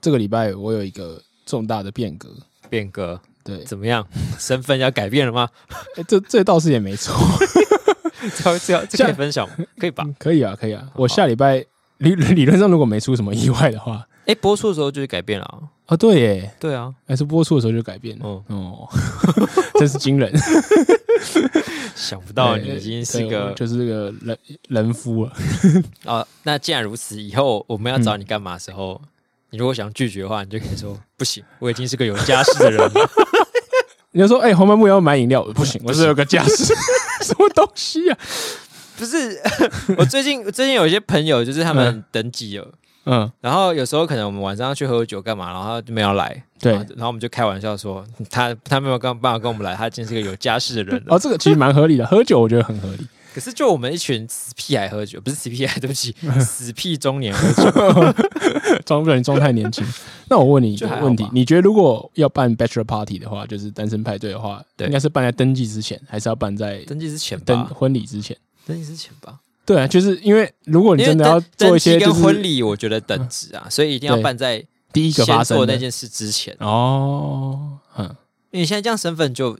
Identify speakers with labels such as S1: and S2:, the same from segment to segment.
S1: 这个礼拜我有一个重大的变革，
S2: 变革
S1: 对，
S2: 怎么样？ 身份要改变 了吗？
S1: 诶这这倒是也没 错，
S2: 这这要这可以分享吗，可以吧？
S1: 可以啊，可以啊。我下礼拜理理论上如果没出什么意外的话，
S2: 哎，播出的时候就是改变了啊，
S1: 啊，对耶，
S2: 对啊，
S1: 还是播出的时候就改变了，
S2: 嗯，
S1: 哦， 真是惊人。
S2: 想不 到
S1: 对
S2: 你已经
S1: 对
S2: 是
S1: 我
S2: 个
S1: 就是这个人人夫了。
S2: 啊。那既然如此，以后我们要
S1: 嗯
S2: 找你干嘛的时候，你如果想拒绝的话，你就可以说不行，我已经是个有家室的人 了。
S1: 你就说，哎、红斑木要买饮 料，不行，我是有个驾驶， 什么东西啊？
S2: 不是， 我最近最近有一些朋友，就是他们登记了，
S1: 嗯，
S2: 然后有时候可能我们晚上去喝酒干嘛，然后他就没有来，
S1: 对
S2: 然后，然后我们就开玩笑说他他没有跟办法跟我们来，他已经是个有家室的人了。
S1: 哦，这个其实蛮合理的，喝酒我觉得很合理。
S2: 可是就我们一群死屁孩喝酒，不是死屁孩，对不 起，死屁中年喝酒，
S1: 装不然装太年 轻。那我问你一个
S2: 就还好
S1: 问题
S2: 吧，
S1: 你觉得如果要办 bachelor party 的话，就是单身派对的话，
S2: 对
S1: 应该是办在登记之前，还是要办在
S2: 登记之前
S1: 登
S2: 吧，
S1: 婚礼之前？
S2: 登记之前吧。
S1: 对啊，就是因为如果你
S2: 因为
S1: 真的
S2: 登
S1: 要做一些
S2: 登记
S1: 就
S2: 跟婚
S1: 是嗯
S2: 礼，我觉得等值啊，所以一定要
S1: 对
S2: 办在
S1: 第一个发
S2: 先
S1: 生
S2: 做
S1: 的
S2: 那件事之前。啊
S1: 哦，嗯，
S2: 因为你现在这样身份就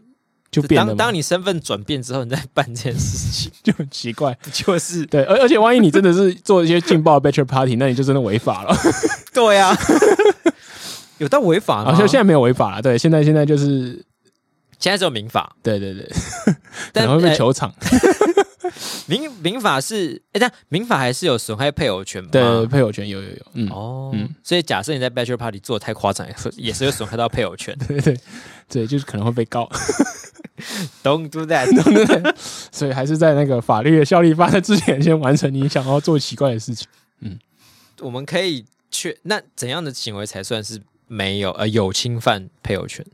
S1: 就变了
S2: 当
S1: 嘛，
S2: 当你身份转变之后，你再办这件事情，
S1: 就很奇怪。
S2: 不就是
S1: 对，而而且万一你真的是做一些劲爆的 bachelor party，那你就真的违 法了。
S2: 对啊，有到违法
S1: 而
S2: 吗？
S1: 且现
S2: 在
S1: 在没有违法了，对，现在现在就是
S2: 现在只有民法，
S1: 对对对，
S2: 但
S1: 然后被
S2: 呃
S1: 球场
S2: 民民法是哎，但民法还是有损害配偶权吗？
S1: 对配偶权有有有，嗯，
S2: 哦，
S1: 嗯
S2: 所以假设你在 bachelor party 做的太夸张，也是也是会损害到配偶权。
S1: 对对对，就是可能会被告。
S2: Don't do that。
S1: 所以还是在那个法律的效力发生之前，先完成你想要做奇怪的事情。
S2: 我们可以确那怎样的行为才算是没有呃有侵犯配偶权？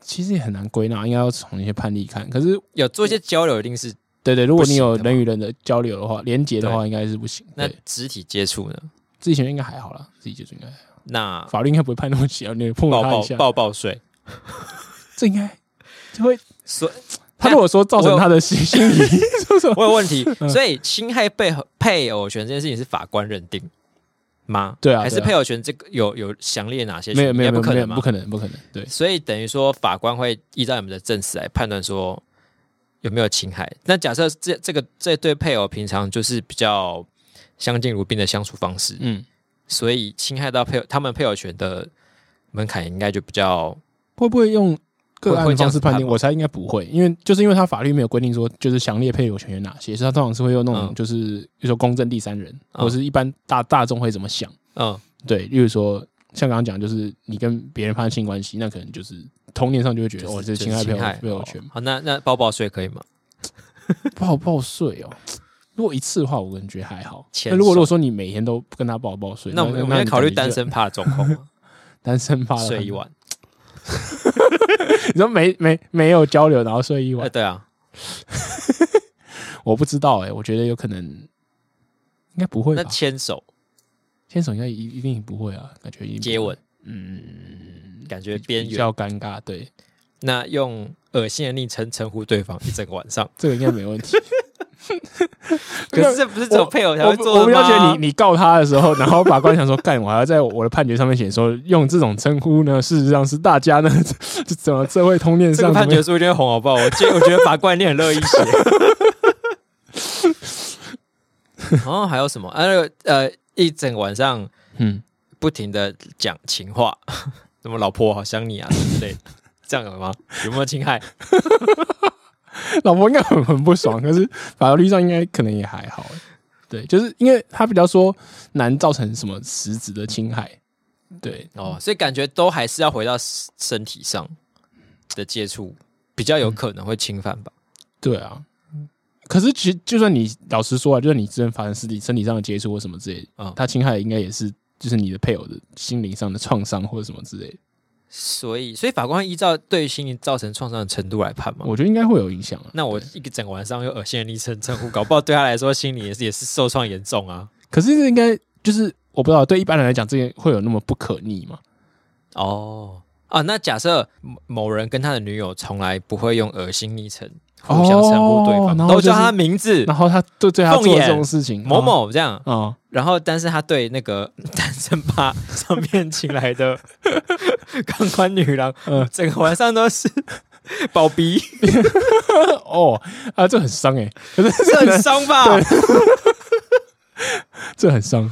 S1: 其实也很难归纳，应该要从一些判例看。可是，
S2: 有做一些交流，一定是
S1: 对对，如果你有
S2: 不行的嘛
S1: 人与人的交流的话，连接的话，应该是不行。
S2: 那
S1: 对，
S2: 肢体接触呢？
S1: 自己选应该还好啦，自己就应该
S2: 那
S1: 法律应该不会判那么紧啊，你碰
S2: 抱
S1: 了他一
S2: 抱
S1: 下，
S2: 抱抱睡，
S1: 这应该就会。
S2: 所以
S1: 他如果说造成他的心心理，就是说
S2: 我有问题，
S1: 嗯
S2: 所以侵害配合配偶权这件事情是法官认定吗？
S1: 对啊
S2: 还是
S1: 对啊
S2: 配偶权这个有有详列哪些
S1: 没
S2: 权利？
S1: 有没有
S2: 应
S1: 没有
S2: 该不可
S1: 没有
S2: 能嘛
S1: 不。可能不可能，对
S2: 所以等于说，法官会依照你们的证词来判断说有没有侵害。那假设这这个这对配偶平常就是比较相敬如宾的相处方式，
S1: 嗯，
S2: 所以侵害到配偶他们配偶权的门槛应该就比较
S1: 会不会用个案
S2: 会会
S1: 的
S2: 这
S1: 方
S2: 样子
S1: 式判
S2: 判
S1: 定？
S2: 吗
S1: 我猜应该不会，因为就是因为他法律没有规定说就是详列配偶权有哪些，是他通常是会用那种
S2: 嗯
S1: 就是比如说公证第三人，
S2: 嗯
S1: 或是一般大大众会怎么想？
S2: 嗯
S1: 对，例如说像刚刚讲，就是你跟别人发生性关系，那可能就是通念上就会觉得哦，这
S2: 就是
S1: 是侵害
S2: 就
S1: 配
S2: 是
S1: 偶配偶
S2: 哦
S1: 权，
S2: 好，那那抱抱税可以吗？
S1: 抱抱睡哦。如果一次的话，我个人觉得还好。
S2: 牵
S1: 那如果
S2: 手
S1: 如果说你每天都跟他抱抱睡，
S2: 那我们我们
S1: 那
S2: 要考虑
S1: 你感
S2: 单
S1: 觉就
S2: 身趴的状 况吗，
S1: 单身趴
S2: 睡一，晚。
S1: 你说没没没有交流，然后睡一晚
S2: 哎，，对啊，
S1: 我不知道哎、我觉得有可能应该不会
S2: 那
S1: 吧？
S2: 牵手
S1: 牵手应该一一定不会啊，感觉一定不会
S2: 接吻，
S1: 嗯，
S2: 感觉边
S1: 比
S2: 缘。
S1: 较尴尬。 对，
S2: 那用恶心的昵称称呼对方一整个晚 上，
S1: 这个应该没 问题。
S2: 可是这不是只有配偶才
S1: 我
S2: 会
S1: 不
S2: 做
S1: 我不
S2: 的吗？
S1: 了解你，你告他的时候， 然后法官想说，干，我还要在我的判决上面写说，用这种称呼呢，事实上是大家呢， 这怎么社会通念
S2: 这
S1: 上
S2: 个
S1: 怎
S2: 判
S1: 么
S2: 决书一定会红，好不好？我觉我觉得法官一定很乐意写。 然后还有什么？呃呃，一整晚上
S1: 嗯，
S2: 不停的讲情话， 什么老婆我好想你啊之类的，这样有吗？有没有侵害？
S1: 老婆应该很很不爽，可是法律上应该可能也还好。对，就是因为他比较说难造成什么实质的侵害。对，
S2: 哦，所以感觉都还是要回到身身体上的接触，比较有可能会侵犯吧。
S1: 对啊，可是其实就算你老实说啊，就算你之前发生身体身体上的接触或什么之类的，
S2: 嗯
S1: 他侵害的应该也是就是你的配偶的心灵上的创伤或者什么之类的，
S2: 所以，所以法官会依照对心理造成创伤的程度来判嘛。
S1: 我觉得应该会有影响啊。
S2: 那我一个整晚上用恶心的昵称称呼，搞不好对他来说心里也是也是受创严重啊。
S1: 可是这应该就是我不知道，对一般人来讲，这个会有那么不可逆吗？
S2: 哦啊，那假设某某人跟他的女友从来不会用恶心昵称，互相称呼对
S1: 哦
S2: 方，
S1: 然后
S2: 都
S1: 就
S2: 叫
S1: 是嗯
S2: 他名字
S1: 然后他对对他
S2: 凤
S1: 做
S2: 眼
S1: 这种事情，
S2: 某某这样。
S1: 啊，
S2: 然后，但是他对那个 单身吧上面请 来的钢管女郎，
S1: 嗯
S2: 整个晚上都是宝 鼻，
S1: 哦哦啊，这很伤哎，可是
S2: 这很伤吧？
S1: 这很伤，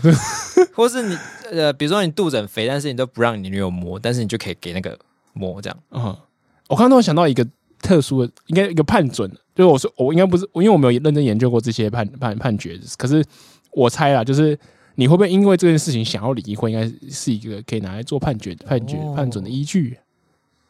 S2: 或是你呃，比如说你肚子很肥，但是你都不让你女友摸，但是你就可以给那个摸这样。
S1: 嗯，我刚刚突然想到一个特殊的，应该一个判准，就是我说我应该不是，因为我没有认真研究过这些判判判决，可是我猜啦，就是你会不会因为这件事情想要离婚，应该是一个可以拿来做判决、判决、
S2: 哦
S1: 判准的依据，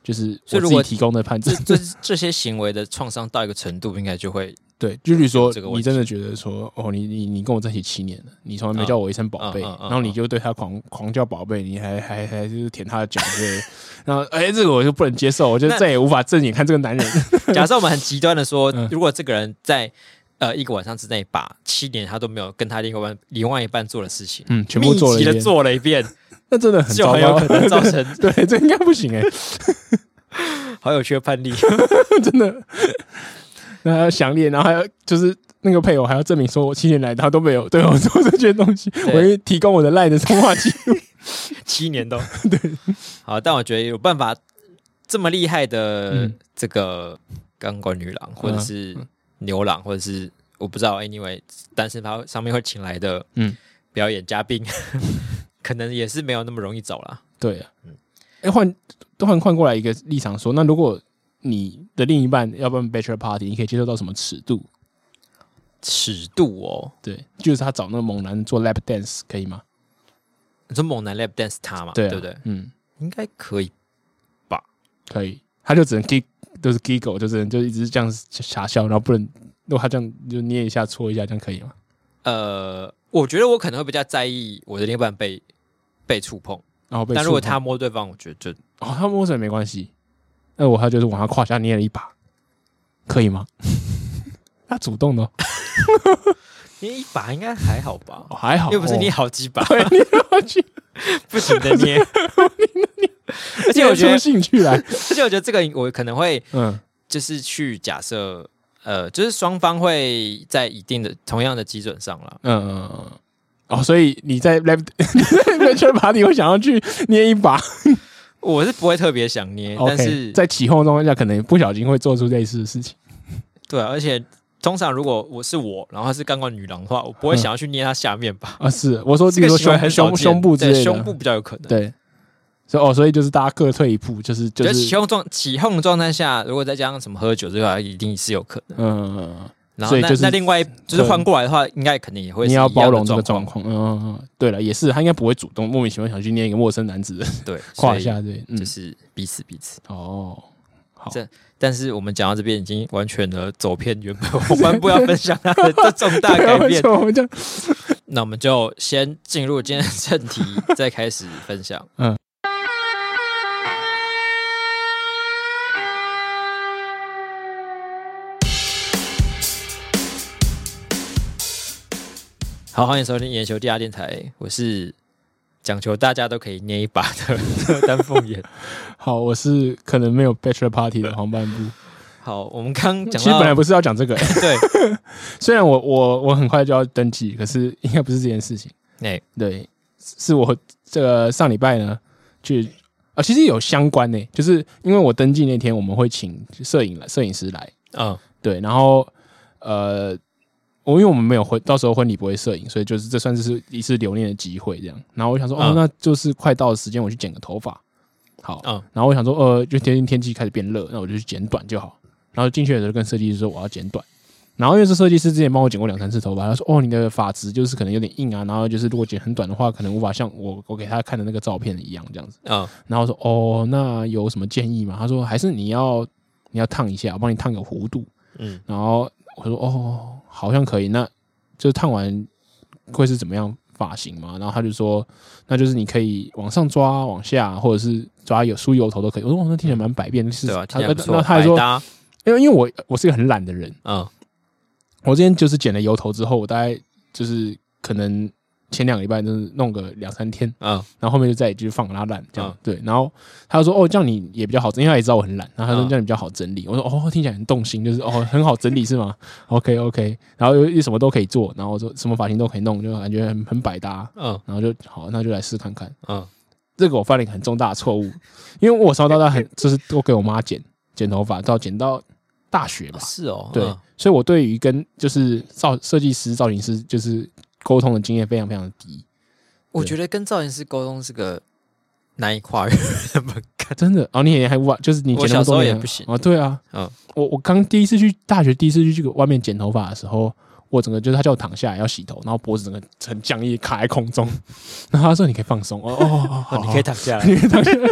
S1: 就是我
S2: 所以如
S1: 自
S2: 果
S1: 己提供的判
S2: 这
S1: 准。
S2: 这这些行为的创伤到一个程度，应该就会
S1: 对，就比如说
S2: 这个问题
S1: 你真的觉得说，哦，你你你跟我在一起七年了，你从来没
S2: 嗯
S1: 叫我一声宝
S2: 嗯
S1: 贝，
S2: 嗯嗯
S1: 然后你
S2: 嗯
S1: 就对他狂狂叫宝贝，你还还还就是舔他的脚之类的，然后哎，这个我就不能接受，我就
S2: 那
S1: 再也无法正眼看这个男人。
S2: 假设我们很极端的说
S1: 嗯，
S2: 如果这个人在呃一个晚上之内把七年他都没有跟他另外一半另外一半做的事情，
S1: 嗯，全部做了
S2: 密
S1: 一
S2: 集
S1: 遍
S2: 的，做了一遍，
S1: 那真的很
S2: 就
S1: 糟
S2: 很有
S1: 糕
S2: 可。能造成
S1: 对，这应该不行哎、
S2: 好有趣的判例。
S1: 真的。那还要详列，然后还要就是那个配偶还要证明说我七年来他都没有对我做这些东西，我会提供我的赖的通话 记录。
S2: 七年都对。好，但我觉得有办法这么厉害的
S1: 嗯
S2: 这个钢管女郎，或者是牛郎，或者是我不知道，anyway，但是他上面会请来的
S1: 嗯
S2: 表演嘉宾，可能也是没有那么容易找啦。
S1: 对啊，哎、换换换过来一个立场说，那如果你的另一半要办 bachelor party，你可以接受到什么尺度？
S2: 尺度哦，
S1: 对，就是他找那个猛男做 lap dance 可以吗？
S2: 你说猛男 lap dance 他嘛，
S1: 对、啊，
S2: 不对？？
S1: 嗯，
S2: 应该可以。
S1: 可以，他就只能 gig 就是 giggle，就只能就一直这样傻笑，然后不能，如果他这样就捏一下搓一下，这样可以吗？
S2: 呃，我觉得我可能会比较在意我的另一半被被触碰，
S1: 然后被
S2: 但如果
S1: 触碰
S2: 他摸对方，我觉得就
S1: 哦，他摸水没关系，那我还就是往他胯下捏了一把，可以 吗？他主动的哦，
S2: 因为一把应该还好哦吧
S1: 哦，还好，
S2: 又不是捏
S1: 你
S2: 好几把。
S1: 对，捏下去，
S2: 不行 的捏。 而且我觉
S1: 捏出
S2: 得，
S1: 兴趣来，
S2: 而且我觉得这个我可能会
S1: 嗯
S2: 就是去假设，呃，就是双方会在一定的同样的基准上啦。
S1: 嗯嗯。嗯哦，所以你在 left 你在 v e r t u a party 会想要去捏一把
S2: 我是不会特别想捏，哎但
S1: ，OK，
S2: 是
S1: 在起哄的状况下，可能不小心会做出类似的事情。
S2: 对啊，而且通常如果我是我，然后是钢管女郎的话，我不
S1: 嗯
S2: 会想要去捏她下面吧。
S1: 啊，是我说，比
S2: 这
S1: 如说
S2: 个行为
S1: 胸
S2: 很少
S1: 胸
S2: 见
S1: 胸部之类
S2: 对
S1: 的，
S2: 胸部比较有可能。
S1: 对，所以哦，所以就是大家各退一步，就是
S2: 就
S1: 就是
S2: 起
S1: 是，
S2: 哄状起哄的状态下，如果再加上什么喝酒这个，一定是有可能。
S1: 嗯，嗯
S2: 然后
S1: 所以
S2: 那
S1: 就是
S2: 那另外就是
S1: 对
S2: 换过来的话，应该肯定也会
S1: 你
S2: 是
S1: 要
S2: 一样
S1: 包
S2: 的
S1: 容这个状
S2: 状，
S1: 况。嗯嗯嗯，对了，也是，他应该不会主动莫名其妙想去捏一个陌生男子的
S2: 对，
S1: 胯
S2: 所以
S1: 下，对，嗯
S2: 就，是彼此彼此。
S1: 哦，好，
S2: 这但是我们讲到这边已经完全的走偏原本我们不要分享它的这重 大 改变，
S1: 我们就
S2: 那我们就先进入今天的正题，再开始分享。
S1: 嗯。
S2: 好，欢迎收听研修地下电台，我是讲求大家都可以捏一把的 丹凤眼。
S1: 好，我是可能没有 bachelor party 的黄斑部，
S2: 好，我们刚 讲
S1: 其实本来
S2: 到
S1: 不是要讲这个、
S2: 对，
S1: 虽然我我我很快就要登记，可是应该不是这件事情。
S2: 哎、
S1: 对，是是我这个上礼拜呢去啊、其实有相关呢、就是因为我登记那天我们会请摄影来摄影师来，
S2: 嗯，
S1: 对，然后呃，我因为我们没有婚，到时候婚礼不会摄影，所以就是这算是一次留念的机会这样。然后我想说，哦，
S2: 嗯
S1: 那就是快到的时间，我去剪个头发。好，
S2: 嗯
S1: 然后我想说，呃，就天天气开始变热，那我就去剪短就好。然后进去的时候跟设计师说我要剪短。然后因为这设计师之前帮我剪过两三次头发，他说：“哦，你的发质就是可能有点硬啊，然后就是如果剪很短的话，可能无法像我我给他看的那个照片一样这样子。”
S2: 嗯，
S1: 然后我说哦，那有什么建议吗？他说还是你要你要烫一下，我帮你烫个弧度。
S2: 嗯，
S1: 然后我说哦，好像可以。那就烫完会是怎么样发型吗？然后他就说，那就是你可以往上抓、往下，或者是抓有梳油头都可以。我说哦，那听起来蛮百变的，是
S2: 对吧、啊？
S1: 他呃
S2: 听起来不
S1: 那
S2: 错，
S1: 他还说
S2: 百，搭，
S1: 因为因为我我是一个很懒的人，
S2: 嗯
S1: 我之前就是剪了油头之后，我大概就是可能前两个礼拜就是弄个两三天，
S2: 嗯
S1: 然后后面就再也就放他烂这样。
S2: 嗯
S1: 对，然后他就说哦，这样你也比较好整理，因为他也知道我很懒，然后他说
S2: 嗯
S1: 这样你比较好整理。我说哦，听起来很动心，就是哦很好整理是吗？OK OK，然后又又什么都可以做，然后我说什么发型都可以弄，就感觉很很百搭。
S2: 嗯
S1: 然后就好，那就来试看看。
S2: 嗯，
S1: 这个我犯了一个很重大的错 误，因为我从小到大很就是都给我妈剪剪头发，到剪到大学吧
S2: 哦，是哦，
S1: 对，
S2: 嗯
S1: 所以我对于跟就是造设计师、造型师就是沟通的经验非常非常的低，
S2: 我
S1: 对
S2: 觉得跟造型师沟通是个难以 跨越的门槛。
S1: 真的。哦，你也还无法，就是你
S2: 我
S1: 剪那么
S2: 小时候
S1: 多年
S2: 也
S1: 了
S2: 不行
S1: 哦，对啊，
S2: 嗯
S1: 我我刚第一次去大学第一次去这个外面剪头发的时候。我整个就是他叫我躺下来要洗头，然后脖子整个很僵硬卡在空中，然后他说你可以放松哦哦 哦，好
S2: 哦，你可
S1: 好
S2: 以躺下来，
S1: 你可以躺下来，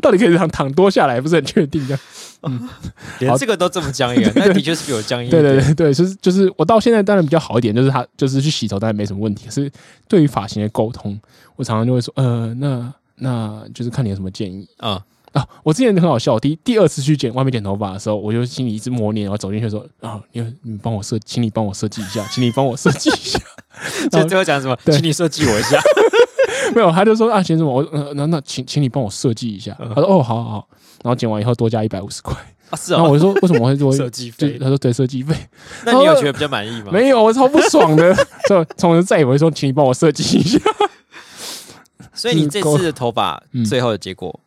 S1: 到底可以躺躺多下来不是很确定的。
S2: 连这个都这么僵 硬啊，那的确是比我僵硬一
S1: 对
S2: 点。
S1: 对对对，就是就是我到现在当然比较好一点，就是他就是去洗头当然没什么问题，可是对于发型的沟通，我常常就会说，呃，那那就是看你有什么建议
S2: 嗯，
S1: 啊。我之前很好笑，我第第二次去剪外面剪头发的时候，我就心里一直默念，然后走进去说，啊，你你帮我设，请你帮我设计一 下，请你帮我设计一下。 然
S2: 就
S1: 后
S2: 最后讲什么？
S1: 对
S2: 请你设计我一 下。
S1: 没有，他就说啊，先生，我呃那那请请你帮我设计一
S2: 嗯
S1: 下。他说哦，好好好。然后剪完以后多加一百五十块，
S2: 啊，是
S1: 然后
S2: 哦，
S1: 我就 说为什么会多？
S2: 设计
S1: 就
S2: 费。
S1: 他说对设计费，
S2: 那你有觉得比较满意吗？
S1: 没有，我超不爽的， 所以从此再也不会说，请你帮我设计一下。
S2: 所以你这次的头发
S1: 嗯
S2: 最后的结果，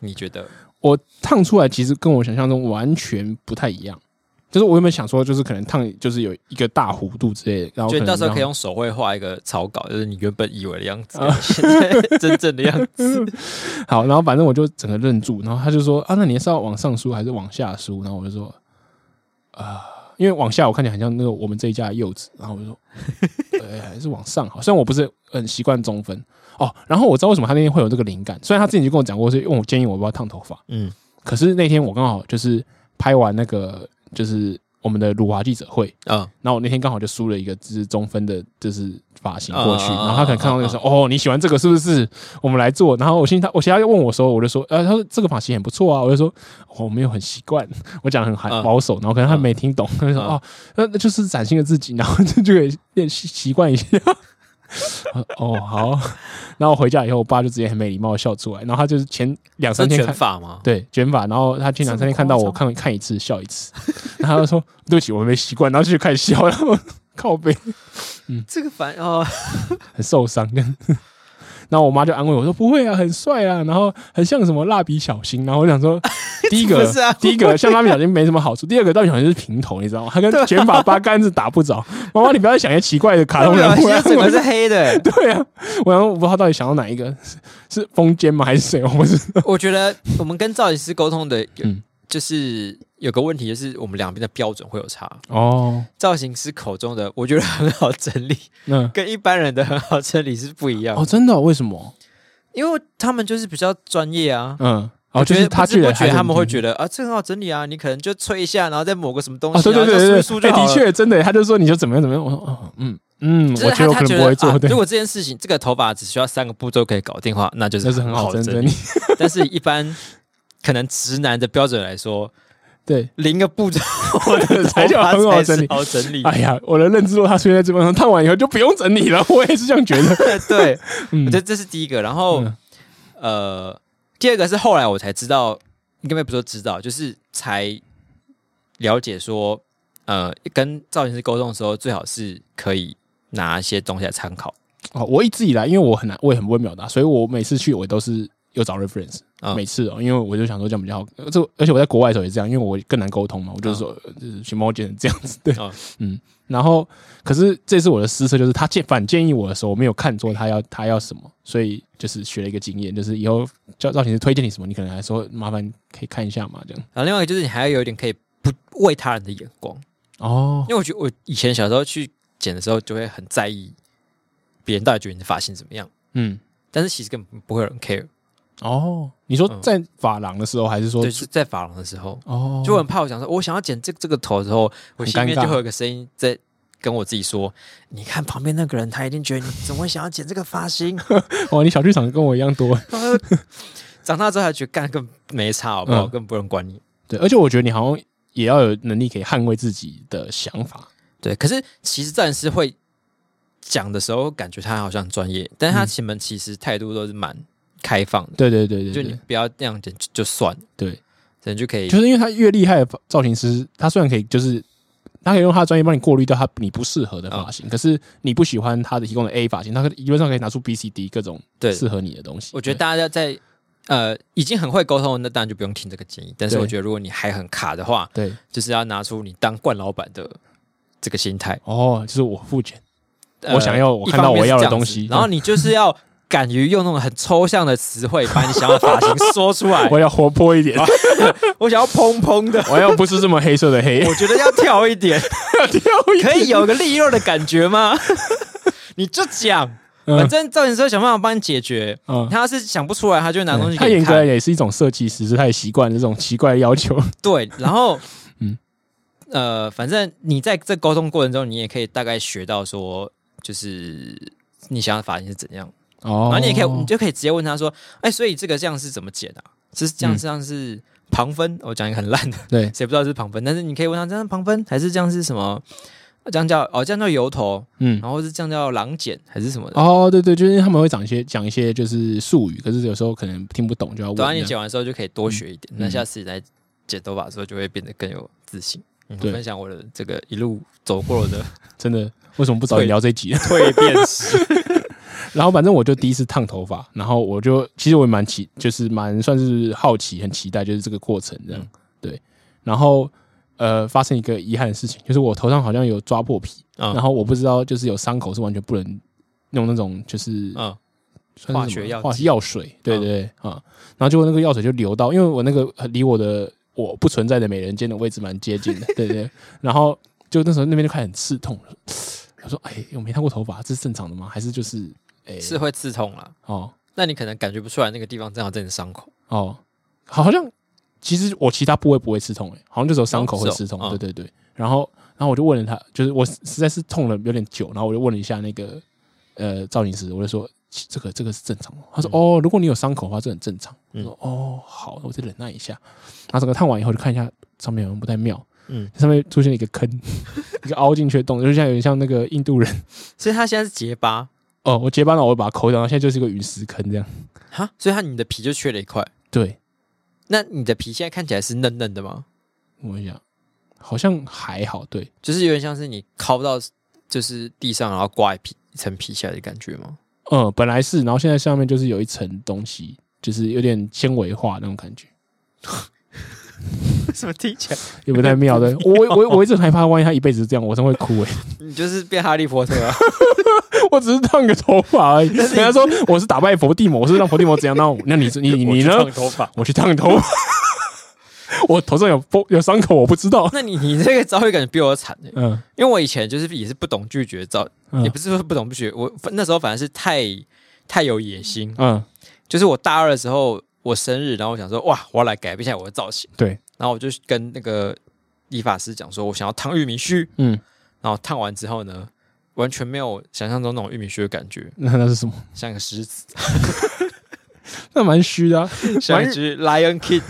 S2: 你觉得？
S1: 我烫出来其实跟我想象中完全不太一样，就是我原本想说，就是可能烫就是有一个大弧度之类的，然后
S2: 就
S1: 可能
S2: 你到时候
S1: 让
S2: 可以用手绘画一个草稿，就是你原本以为的样子，
S1: 啊
S2: 现在真正的样 子。
S1: 好，然后反正我就整个愣住，然后他就说啊，那你是要往上梳还是往下梳？然后我就说啊、因为往下我看起来很像那个我们这一家的柚子，然后我就说，呃，还是往上好。虽然我不是很习惯中分哦，然后我知道为什么他那天会有这个灵感，虽然他之前就跟我讲过，是因为我建议我不要烫头发，
S2: 嗯
S1: 可是那天我刚好就是拍完那个就是我们的辱华记者会，
S2: 嗯，
S1: 然后我那天刚好就梳了一个就是中分的，就是发型过去，
S2: 啊啊啊啊
S1: 然后他可能看到那个说，哦，你喜欢这个是不是？我们来做。然后我心里他，我其他问我的时候，我就说，呃，他说这个发型很不错啊，我就说、哦我没有很习惯，我讲得很含
S2: 嗯
S1: 保守，然后可能他没听懂，他就说
S2: 嗯
S1: 哦，那那就是崭新的自己，然后就就可以练习习惯一下。 我说哦，好。 然后回家以后，我爸就直接很没礼貌的笑出来，然后他就是前两
S2: 是
S1: 三天看
S2: 卷发吗？
S1: 对卷发，然后他前两三天看到我看看一次笑一次， 然后他就说对不起，我没习惯，然后就开始笑，然后 靠背嗯
S2: 这个反哦，
S1: 很受伤。然后我妈就安慰我说：“不会啊，很帅啊，然后很像什么蜡笔小新。”然后我想 说，第一个
S2: 不是啊
S1: 第一个像蜡笔小新没什么好处，第二个蜡笔小新是平头，你知道吗？他
S2: 啊
S1: 跟卷发八竿子打不着。妈妈，你不要再想一些奇怪的卡通人
S2: 表
S1: 物啊
S2: 现！整
S1: 我
S2: 个
S1: 是
S2: 是 黑的。
S1: 对啊，我想我不知道他到底想到哪一个，是是风间吗还是谁？我不知道。
S2: 我觉得我们跟造型师沟通的
S1: 嗯，
S2: 就是有个问题，就是我们两边的标准会有差。
S1: 哦，
S2: 造型师口中的，我觉得很好整理，
S1: 那
S2: 跟一般人的很好整理是不一样
S1: 哦，，真的哦、为什么？
S2: 因为他们就是比较专业啊。
S1: 嗯，
S2: 我
S1: 哦，就
S2: 觉得
S1: 是嗯他
S2: 不知
S1: 觉得
S2: 不觉他们会觉
S1: 得
S2: 得啊，这很好整理啊，你可能就吹一下，然后再抹个什么东
S1: 啊，
S2: 西，
S1: 对对对
S2: 然后
S1: 对
S2: 就
S1: 对
S2: 梳一梳，
S1: 哎
S2: 就好
S1: 的
S2: 了。
S1: 确真的，他就说你就怎么样怎么样，我说哦，嗯嗯，
S2: 就是
S1: 我
S2: 他
S1: 我
S2: 他
S1: 可
S2: 觉
S1: 能
S2: 得
S1: 不会做，
S2: 啊
S1: 对
S2: 如，果这件事情这个头发只需要三个步骤可以搞定的话，那就是
S1: 那是很
S2: 好
S1: 好真的，
S2: 理
S1: 你。
S2: 但是一般可能直男的标准来说，
S1: 对，
S2: 零个步骤 的
S1: 才叫很好整理
S2: 头发才是好整理。
S1: 哎呀，我的认知落差出现在这边上，烫完以后就不用整理了， 我也是这样觉得，
S2: 对，
S1: 嗯
S2: 我觉得这是第一个。然后
S1: 嗯
S2: 呃，第二个是后来我才知道，应该不是说知道，就是才了解说，呃，跟造型师沟通的时候，最好是可以拿一些东西来参考。
S1: 哦，我一直以来，因为我很难，我也很不会表达，所以我每次去我都是有找 reference，、
S2: 嗯
S1: 每次哦，因为我就想说这样比较好。呃这而且我在国外的时候也这样，因为我更难沟通嘛，我就是说，呃就是熊猫剪这样子，对，
S2: 嗯
S1: 嗯。然后，可是这次我的失策就是他建反建议我的时候，我没有看错他要他要什么，所以就是学了一个经验，就是以后叫造型师推荐你什么，你可能还说麻烦可以看一下嘛，这样。
S2: 然后另外一个就是你还要有一点可以不为他人的眼光，
S1: 哦
S2: 因，为我觉得我以前小时候去剪的时候就会很在意别人到底觉得你的发型怎么样，
S1: 嗯，
S2: 但是其实根本不会有人 care。
S1: 哦，你说
S2: 嗯
S1: 在发廊的时候还是说
S2: 对，就是在发廊的时候，
S1: 哦，
S2: 就我很怕，我想说，我想要剪这这个头的时候，我心里面
S1: 很尴尬
S2: 就会有个声音在跟我自己说：“你看旁边那个人，他一定觉得你怎么会想要剪这个发型
S1: 哦，你小剧场跟我一样多。？”
S2: 然后长大之后还觉得干更没差，好不好？
S1: 嗯
S2: 更不能管你。
S1: 对，而且我觉得你好像也要有能力可以捍卫自己的想法。
S2: 对，可是其实造型师会讲的时候感觉他好像很专业，但
S1: 嗯
S2: 是他前面其实态度都是蛮开放的，
S1: 对对对
S2: 就
S1: 对
S2: 你
S1: 对
S2: 不要那样讲就就算了，
S1: 对，
S2: 人就可以
S1: 就是因为他越厉害的造型师，他虽然可以就是。他可以用他的专业帮你过滤掉他你不适合的发
S2: 嗯
S1: 型，可是你不喜欢他的提供的 A 发型，他理论上可以拿出 B、C、D 各种
S2: 对
S1: 适合你的东西。
S2: 我觉得
S1: 对
S2: 大家在呃已经很会沟通，那当然就不用听这个建议。但是
S1: 对
S2: 我觉得如果你还很卡的话，
S1: 对
S2: 就是要拿出你当惯老板的这个心态。
S1: 哦，就是我付钱，
S2: 呃
S1: 我想要我
S2: 一
S1: 看到
S2: 方面
S1: 我
S2: 是
S1: 要的
S2: 这样
S1: 东
S2: 子
S1: 西嗯
S2: 然后你就是要敢于用那种很抽象的词汇把你想要的发型说出来。
S1: 我要活泼一点，
S2: 哦我想要蓬蓬的，
S1: 我要不是这么黑色的 黑，
S2: 我觉得要跳一点，
S1: 跳一
S2: 可以有个利落的感觉吗？ 你就讲，
S1: 嗯
S2: 反正造型师会想办法帮你解决。
S1: 嗯
S2: 他要是想不出来，他就拿东西
S1: 他
S2: 给
S1: 严
S2: 你
S1: 格来
S2: 看。
S1: 也是一种设计师，是他也习惯这种奇怪的要求。
S2: 对，然后
S1: 嗯
S2: 嗯，呃，反正你在这沟通过程中，你也可以大概学到说，就是你想要的发型是怎样，
S1: 哦
S2: 然后你也可以，你就可以直接问他说，哎，所以这个这样是怎么剪啊？其实这样
S1: 嗯
S2: 这样是旁分，我讲一个很烂的，
S1: 对，
S2: 谁不知道这是旁分？但是你可以问他，这样是旁分还是这样是什么？这样叫哦，这样叫油头，
S1: 嗯，
S2: 然后是这样叫狼剪还是什么的？
S1: 哦，对对，就是他们会讲一些讲一些就是术语，可是有时候可能听不懂就要问
S2: 对啊，你
S1: 这样。
S2: 剪完之后就可以多学一点，
S1: 嗯
S2: 那下次你来剪头发的时候就会变得更有自信。嗯
S1: 对
S2: 分享我的这个一路走过的
S1: 真的，为什么不早点聊这一集？
S2: 蜕变史。
S1: 然后反正我就第一次烫头发，然后我就其实我也蛮期，就是蛮算是好奇，很期待就是这个过程这样。
S2: 嗯
S1: 对，然后呃，发生一个遗憾的事情，就是我头上好像有抓破皮，
S2: 嗯
S1: 然后我不知道就是有伤口是完全不能用那种就是
S2: 嗯，
S1: 算是什
S2: 化
S1: 么
S2: 学药
S1: 化
S2: 剂嗯
S1: 药水，对对对啊、然后结果那个药水就流到，因为我那个呃离我的我不存在的美人尖的位置蛮接近 的，对对对。然后就那时候那边就开始很刺痛了，我说：“哎，我没烫过头发，这是正常的吗？还是就是哎
S2: 是会刺痛啦。
S1: 哦
S2: 那你可能感觉不出来那个地方正好在你的伤口，
S1: 哦，好像其实我其他部位不会刺痛、哎，好像就只有伤口会
S2: 哦是
S1: 刺
S2: 哦
S1: 痛，
S2: 嗯
S1: 对对对。然后然后我就问了他，就是我实在是痛了有点久，然后我就问了一下那个呃造型师，我就说。”这个这个是正常的，他说、哦，如果你有伤口的话，这很正常。我
S2: 嗯
S1: 说哦，好，那我再忍耐一下。然后整个烫完以后，就看一下上面有人不太妙，
S2: 嗯，
S1: 上面出现了一个坑， 一个凹进去的洞，就像有点像那个印度人
S2: 所以它现在是结疤
S1: 哦。我结巴了，我会把它抠掉，然后现在就是一个陨石坑这样。
S2: 哈，所以它你的皮就缺了一块。
S1: 对，
S2: 那你的皮现在看起来是嫩嫩的吗？
S1: 我想好像还好，对，
S2: 就是有点像是你敲到就是地上，然后刮一皮一层皮下来的感觉吗？
S1: 嗯，本来是，然后现在上面就是有一层东西，就是有点纤维化那种感觉，
S2: 为什么听起来
S1: 也不太妙的。对我我我一直很害怕，万一他一辈子这样，我真会哭哎、
S2: 你就是变哈利波特啊？
S1: 我只是烫个头发而已。人家说我是打败伏地魔，我是让伏地魔怎样？那我那你 你你呢
S2: 我去？烫头发？
S1: 我去烫头发， 我头上有风有伤口，我不知道。
S2: 那你你这个遭遇感觉比我惨、欸，
S1: 嗯
S2: 因为我以前就是也是不懂拒绝遭，
S1: 嗯
S2: 也不是说不懂拒绝，我那时候反正是太太有野心，
S1: 嗯，
S2: 就是我大二的时候，我生日，然后我想说，哇，我要来改变一下我的造型。
S1: 对，
S2: 然后我就跟那个理发师讲说，我想要烫玉米须。
S1: 嗯，
S2: 然后烫完之后呢，完全没有想象中那种玉米须的感觉，
S1: 那那是什么？
S2: 像个 狮子，
S1: 那蛮虚的、啊。
S2: 像一只 Lion Kid。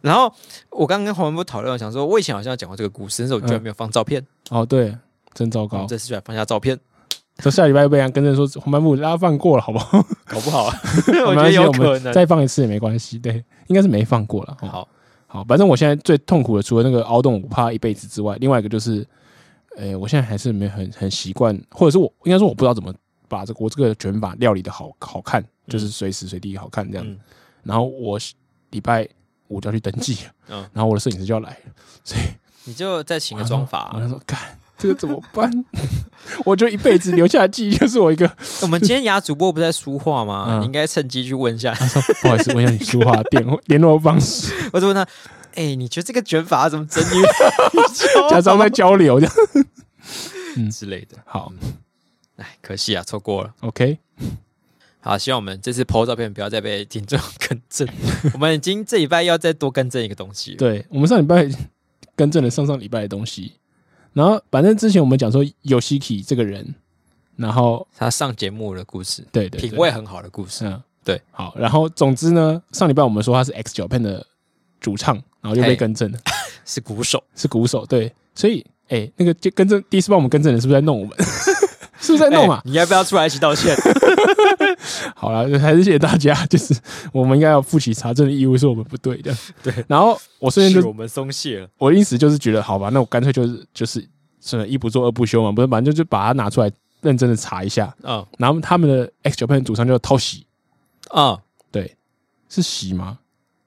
S2: 然后我刚刚跟黄文波讨论，我想说我以前好像讲过这个故事，但是我居然没有放照片。
S1: 哦，对，真糟
S2: 我
S1: 糕
S2: 们。这次就来放下照片，
S1: 这下礼拜被人家跟着说红斑部拉放过了，好不好？
S2: 搞不好啊，
S1: 没
S2: 我觉
S1: 关
S2: 得
S1: 系
S2: 有
S1: 我
S2: 可
S1: 们
S2: 能。
S1: 再放一次也没关系。对，应该是没放过了。哦
S2: 好，
S1: 好，反正我现在最痛苦的，除了那个凹洞我怕一辈子之外，另外一个就是，呃，我现在还是没有很很习惯，或者是我应该说我不知道怎么把这个我这个卷发料理的好好看，就是随时随地好看这样。
S2: 嗯
S1: 然后我是礼拜五就要去登记了，
S2: 嗯
S1: 然后我的摄影师就要来了，所以
S2: 你就再
S1: 我
S2: 请个
S1: 就
S2: 妆法 啊、
S1: 我就说干。这个怎么办？ 我就一辈子留下的记忆就是我一个。
S2: 我们今天牙主播不是在说话吗？
S1: 嗯
S2: 你应该趁机去问一下，
S1: 他说：“不好意思，问一 下你书画电联络方式，
S2: 我就问他，哎、你觉得这个卷发怎么整理
S1: 假装在交流这样。
S2: 之类的？”
S1: 好
S2: 哎，可惜啊，错过了。
S1: ，OK，
S2: 好，希望我们这次 PO 照片不要再被听众 更正。我们已经这礼拜要再多更正一个东西了。
S1: 对我们上礼拜更正了上上礼拜的东西，然后反正之前我们讲说 Yoshiki 这个人，然后
S2: 他上节目的故事，
S1: 对对对
S2: 品味很好的故事，
S1: 嗯，
S2: 对，
S1: 好，然后总之呢，上礼拜我们说他是 X 九 Pen 的主唱，然后就被
S2: 嘿
S1: 更正了，
S2: 是鼓手。
S1: 是鼓手，对，所以 X 哎、那个就跟正第一次帮我们更正的是不是在弄我 们？是不是在弄啊
S2: 哎？你要不要出来一起 道歉？哎
S1: 好了，还是谢谢大家，就是我们应该要负起查证的义务，是我们不对的。
S2: 对，
S1: 然后我瞬间
S2: 是
S1: 就
S2: 我们松懈了。
S1: 我的意思就是觉得，好吧，那我干脆就是就是是一不做二不休嘛，不是，反正就就把它拿出来认真的查一下。
S2: 嗯
S1: 然后他们的 X Japan 主唱叫偷袭，
S2: 嗯，
S1: 对，是喜吗？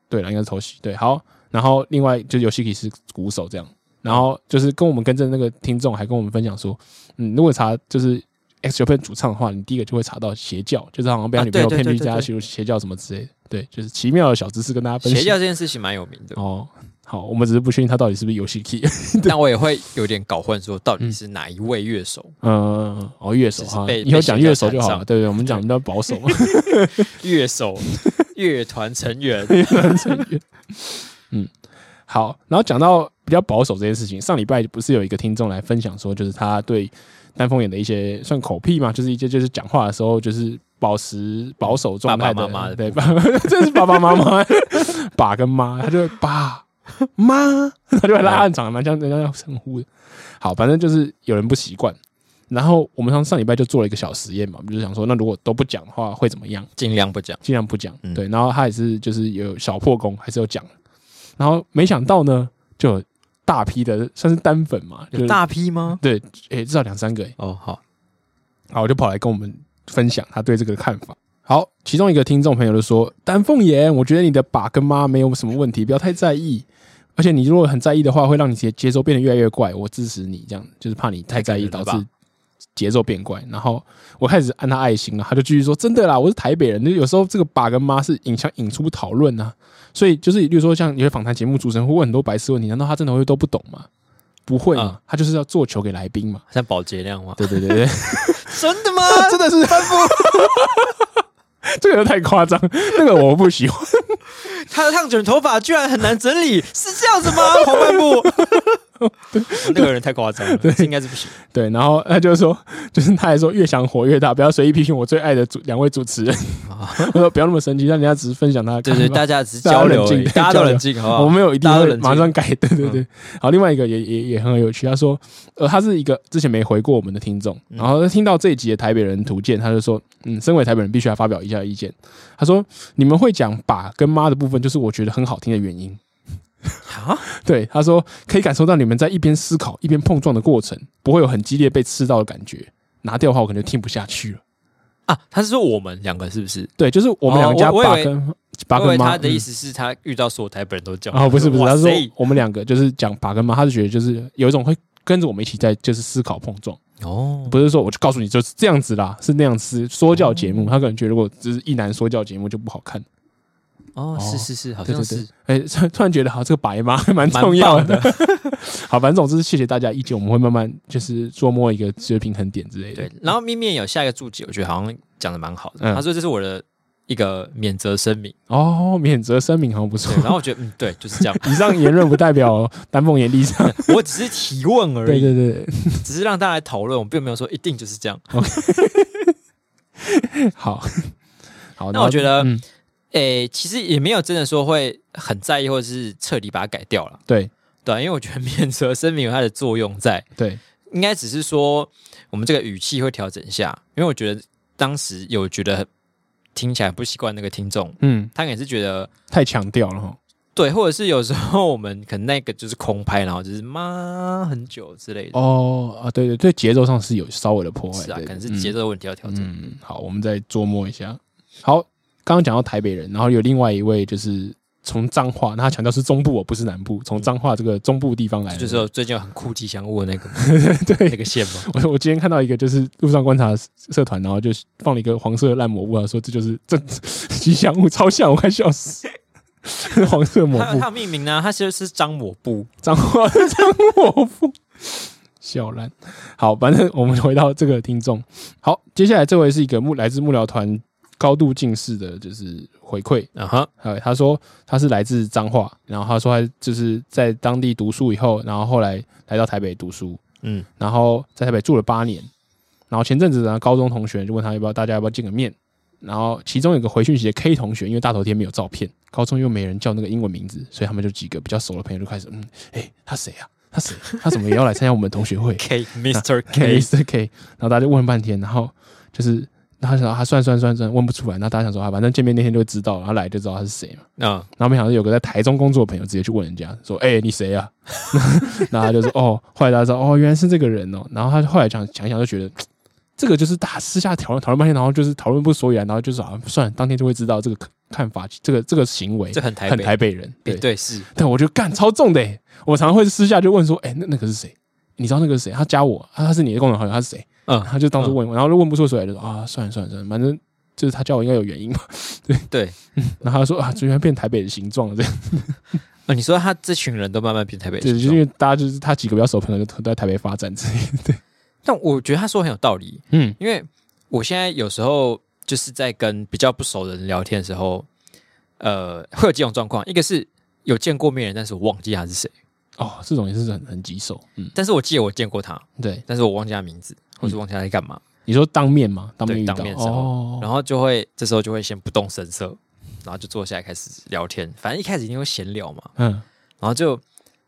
S1: 对了，应该是偷袭。对，好，然后另外就是游戏里是鼓手这样，然后就是跟我们跟着那个听众还跟我们分享说，嗯，如果查就是 X Japan 主唱的话，你第一个就会查到邪教，就是好像被他
S2: 啊
S1: 女朋友
S2: 对
S1: 骗
S2: 对
S1: 去
S2: 对对
S1: 加
S2: 对
S1: 邪邪教什么之类的。对，就是奇妙的小知识跟大家分享。
S2: 邪教这件事情蛮有名的，
S1: 哦，好，我们只是不确定他到底是不是游戏 key。
S2: 但我也会有点搞混，说到底是哪一位乐手？
S1: 嗯，哦，乐手哈，
S2: 只是被
S1: 以后讲乐手就
S2: 被学
S1: 好
S2: 校
S1: 了。
S2: 缠上
S1: 对对，我们讲比较保 守嘛，
S2: 乐手乐团成员，
S1: 成员。嗯，好，然后讲到比较保守这件事情，上礼拜不是有一个听众来分享说，就是他对丹凤眼的一些算口癖嘛，就是一些就是讲话的时候就是保持保守状态的，
S2: 爸爸妈妈的
S1: 对，爸 这是爸爸妈妈，爸跟妈，他就会爸妈，他就会拉暗场，蛮像人家要称呼的。好，反正就是有人不习惯。然后我们上上礼拜就做了一个小实验嘛，我们就是想说，那如果都不讲的话会怎么样？
S2: 尽量不讲。
S1: 尽量不讲。
S2: 嗯
S1: 对，然后他也是就是有小破功，还是有讲。然后没想到呢，就有大批的算是单粉嘛，就是
S2: 有大批吗？
S1: 对，诶、至少两三个、诶
S2: 哦，好，
S1: 然后我就跑来跟我们分享他对这个看法。好，其中一个听众朋友就说：“丹凤眼，我觉得你的爸跟妈没有什么问题，不要太在意。而且你如果很在意的话，会让你节节奏变得越来越怪。我支持你，这样就是怕你太在意
S2: 太
S1: 导
S2: 感人了
S1: 致
S2: 吧
S1: 节奏变怪。然后我开始按他爱心了，他就继续说：真的啦，我是台北人，就有时候这个爸跟妈是影响引出讨论啊。所以就是，例如说像有些访谈节目主持人会问很多白痴问题，难道他真的会都不懂吗？不会嘛，
S2: 嗯
S1: 他就是要做球给来宾嘛。
S2: 像保洁那样吗？
S1: 对 对对对。”
S2: 真的吗？
S1: 真的是这个太夸张，那个我不喜欢。
S2: 他的烫卷头发居然很难整理，是这样子 吗？黄半部，那个人太夸张了，这应该是不行。
S1: 对，然后他就说，就是他还说越想火越大，不要随意批评我最爱的主两位主持人。我说不要那么生气，让人家只是分享他的
S2: 对
S1: 看法。
S2: 啊对，大家只是交流而已，
S1: 大
S2: 大
S1: 家
S2: 家
S1: 都
S2: 都
S1: 冷
S2: 冷静，好不好？
S1: 我们有一定
S2: 大家都
S1: 会
S2: 冷静嗯
S1: 马上改。对对对。好，另外一个也也也很有趣，他说，呃，他是一个之前没回过我们的听众，
S2: 嗯
S1: 然后他听到这一集的台北人图鉴，他就说，嗯，身为台北人必须要发表一下意见。他说，你们会讲爸跟妈的部分，就是我觉得很好听的原因。
S2: 啊，
S1: 对，他说可以感受到你们在一边思考一边碰撞的过程，不会有很激烈被刺到的感觉。拿掉的话，我可能就听不下去了。
S2: 啊，他是说我们两个是不是？
S1: 对，就是我们
S2: 哦
S1: 两个家
S2: 我我以
S1: 爸
S2: 为
S1: 跟爸
S2: 因
S1: 跟
S2: 为
S1: 妈
S2: 他的意。
S1: 嗯
S2: 思是他遇到所有台本人都这样。
S1: 哦，不是不是，
S2: 哇
S1: 他说
S2: 塞
S1: 我们两个就是讲爸跟妈，他就觉得就是有一种会跟着我们一起在就是思考碰撞，
S2: 哦，
S1: 不是说我就告诉你就是这样子啦，是那样子说教节目，他可能觉得如果只是一男说教节目就不好看，
S2: 哦，
S1: 哦
S2: 是是是，好
S1: 对
S2: 像
S1: 对对
S2: 是，
S1: 哎，突突然 觉得好这个白妈还蛮
S2: 蛮
S1: 重要
S2: 棒的。
S1: 好，反正总之谢谢大家意见，我们会慢慢就是捉摸一个就是平衡点之类的。
S2: 对，然后面面有下一个注解，我觉得好像讲的蛮好的。
S1: 嗯
S2: 他说这是我的一个免责声明，
S1: 哦，免责声明好像不错。
S2: 对，。然后我觉得嗯，对，就是这样
S1: 以上言论不代表丹凤眼立 场。
S2: 我只是提问而
S1: 对
S2: 已，
S1: 对对，
S2: 只是让大家来讨论，我并没有说一定就是这样。
S1: 对 好好。
S2: 那我觉
S1: 得，
S2: 得
S1: 嗯，
S2: 诶，其实也没有真的说会很在意，或者是彻底把它改掉了。
S1: 对
S2: 对啊，因为我觉得免责声明有它的作用在，
S1: 对，
S2: 应该只是说我们这个语气会调整一下，因为我觉得当时有觉得听起来不习惯那个听众，
S1: 嗯，
S2: 他也是觉得
S1: 太强调了哈。
S2: 对，或者是有时候我们可能那个就是空拍，然后就是妈很久之类的，
S1: 哦啊，对对对，节奏上是有稍微的破坏，
S2: 是啊，
S1: 哦对
S2: 可能是节。
S1: 对
S2: 奏的问题要调整。
S1: 嗯嗯，好，我们再琢磨一下。好，刚刚讲到台北人，然后有另外一位就是从彰化，那他强调是中部哦，不是南部，从彰化这个中部地方来的。
S2: 就是说最近有很酷吉祥物的那个
S1: 对
S2: 那个线嘛，
S1: 我我今天看到一个，就是路上观察社团，然后就放了一个黄色的烂抹布啊，说这就是这 吉祥物，超像，我快笑死。 黄色抹
S2: 它
S1: 布，
S2: 它有命名呢，它其实是张抹布，
S1: 脏话的脏抹布， 笑烂。好，反正我们回到这个听众。好，接下来这位是一个幕来自幕僚团高度近视的，就是回馈。
S2: 嗯哼，
S1: 呃，他说他是来自彰化，然后他说他就是在当地读书以后，然后后来来到台北读书，
S2: 嗯，
S1: 然后在台北住了八年。然后前阵子呢，高中同学就问他要不要大家要不要见个面。然后其中有个回讯息的 K 同学，因为大头贴没有照片，高中又没人叫那个英文名字，所以他们就几个比较熟的朋友就开始，嗯，哎，他谁啊？他是他怎么也要来参加我们同学 会
S2: K
S1: ？K
S2: Mr K，
S1: 是 K，然后大家就问半天，然后就是然后他想到他啊算算算算问不出来，然后大家想说啊，反正见面那天就会知道，然后来就知道他是谁嘛。
S2: 嗯，
S1: 然后没想到有个在台中工作的朋友直接去问人家说：“哎、你谁啊？” 然后他就说：“哦。”后来大家知道，哦，原来是这个人哦。然后他后来想想一想，就觉得嘖这个就是大家私下讨论讨论半天，然后就是讨论不所以然，然后就是啊，算了，当天就会知道这个看法，这个这个行为
S2: 这很台
S1: 哎很
S2: 北，
S1: 台北人。对，
S2: 对是，
S1: 但我觉得干超重的耶。我常常会私下就问说：“哎、那那个是谁？你知道那个是谁？他加我，啊、他是你的共同好友，他是谁？”
S2: 嗯，
S1: 他就当做问一问，然后就问不出所以然，就说：“啊，算了算了算了，反正就是他叫我应该有原因 嘛。
S2: 对，”
S1: 然后他说：“啊，居然变台北的形状了。”这样。
S2: 哦，你说他这群人都慢慢变台北
S1: 对，
S2: 人
S1: 就是
S2: 是
S1: 因
S2: 吗，
S1: 为大家就是他几个比较熟的朋友就都在台北发展之类的。对，
S2: 但我觉得他说得很有道理，
S1: 嗯
S2: 因为我现在有时候就是在跟比较不熟的人聊天的时候，呃，会有几种状况，一个是有见过面的人，但是我忘记他是谁，
S1: 哦，这种也是很很棘手。嗯，
S2: 但是我记得我见过他，
S1: 对，
S2: 但是我忘记他名字，或是忘记他在干嘛，
S1: 你说当面嘛，当面
S2: 对
S1: 遇到
S2: 当面的时候
S1: 哦，
S2: 然后就会这时候就会先不动声色，然后就坐下来开始聊天，反正一开始一定会闲聊嘛，
S1: 嗯，
S2: 然后就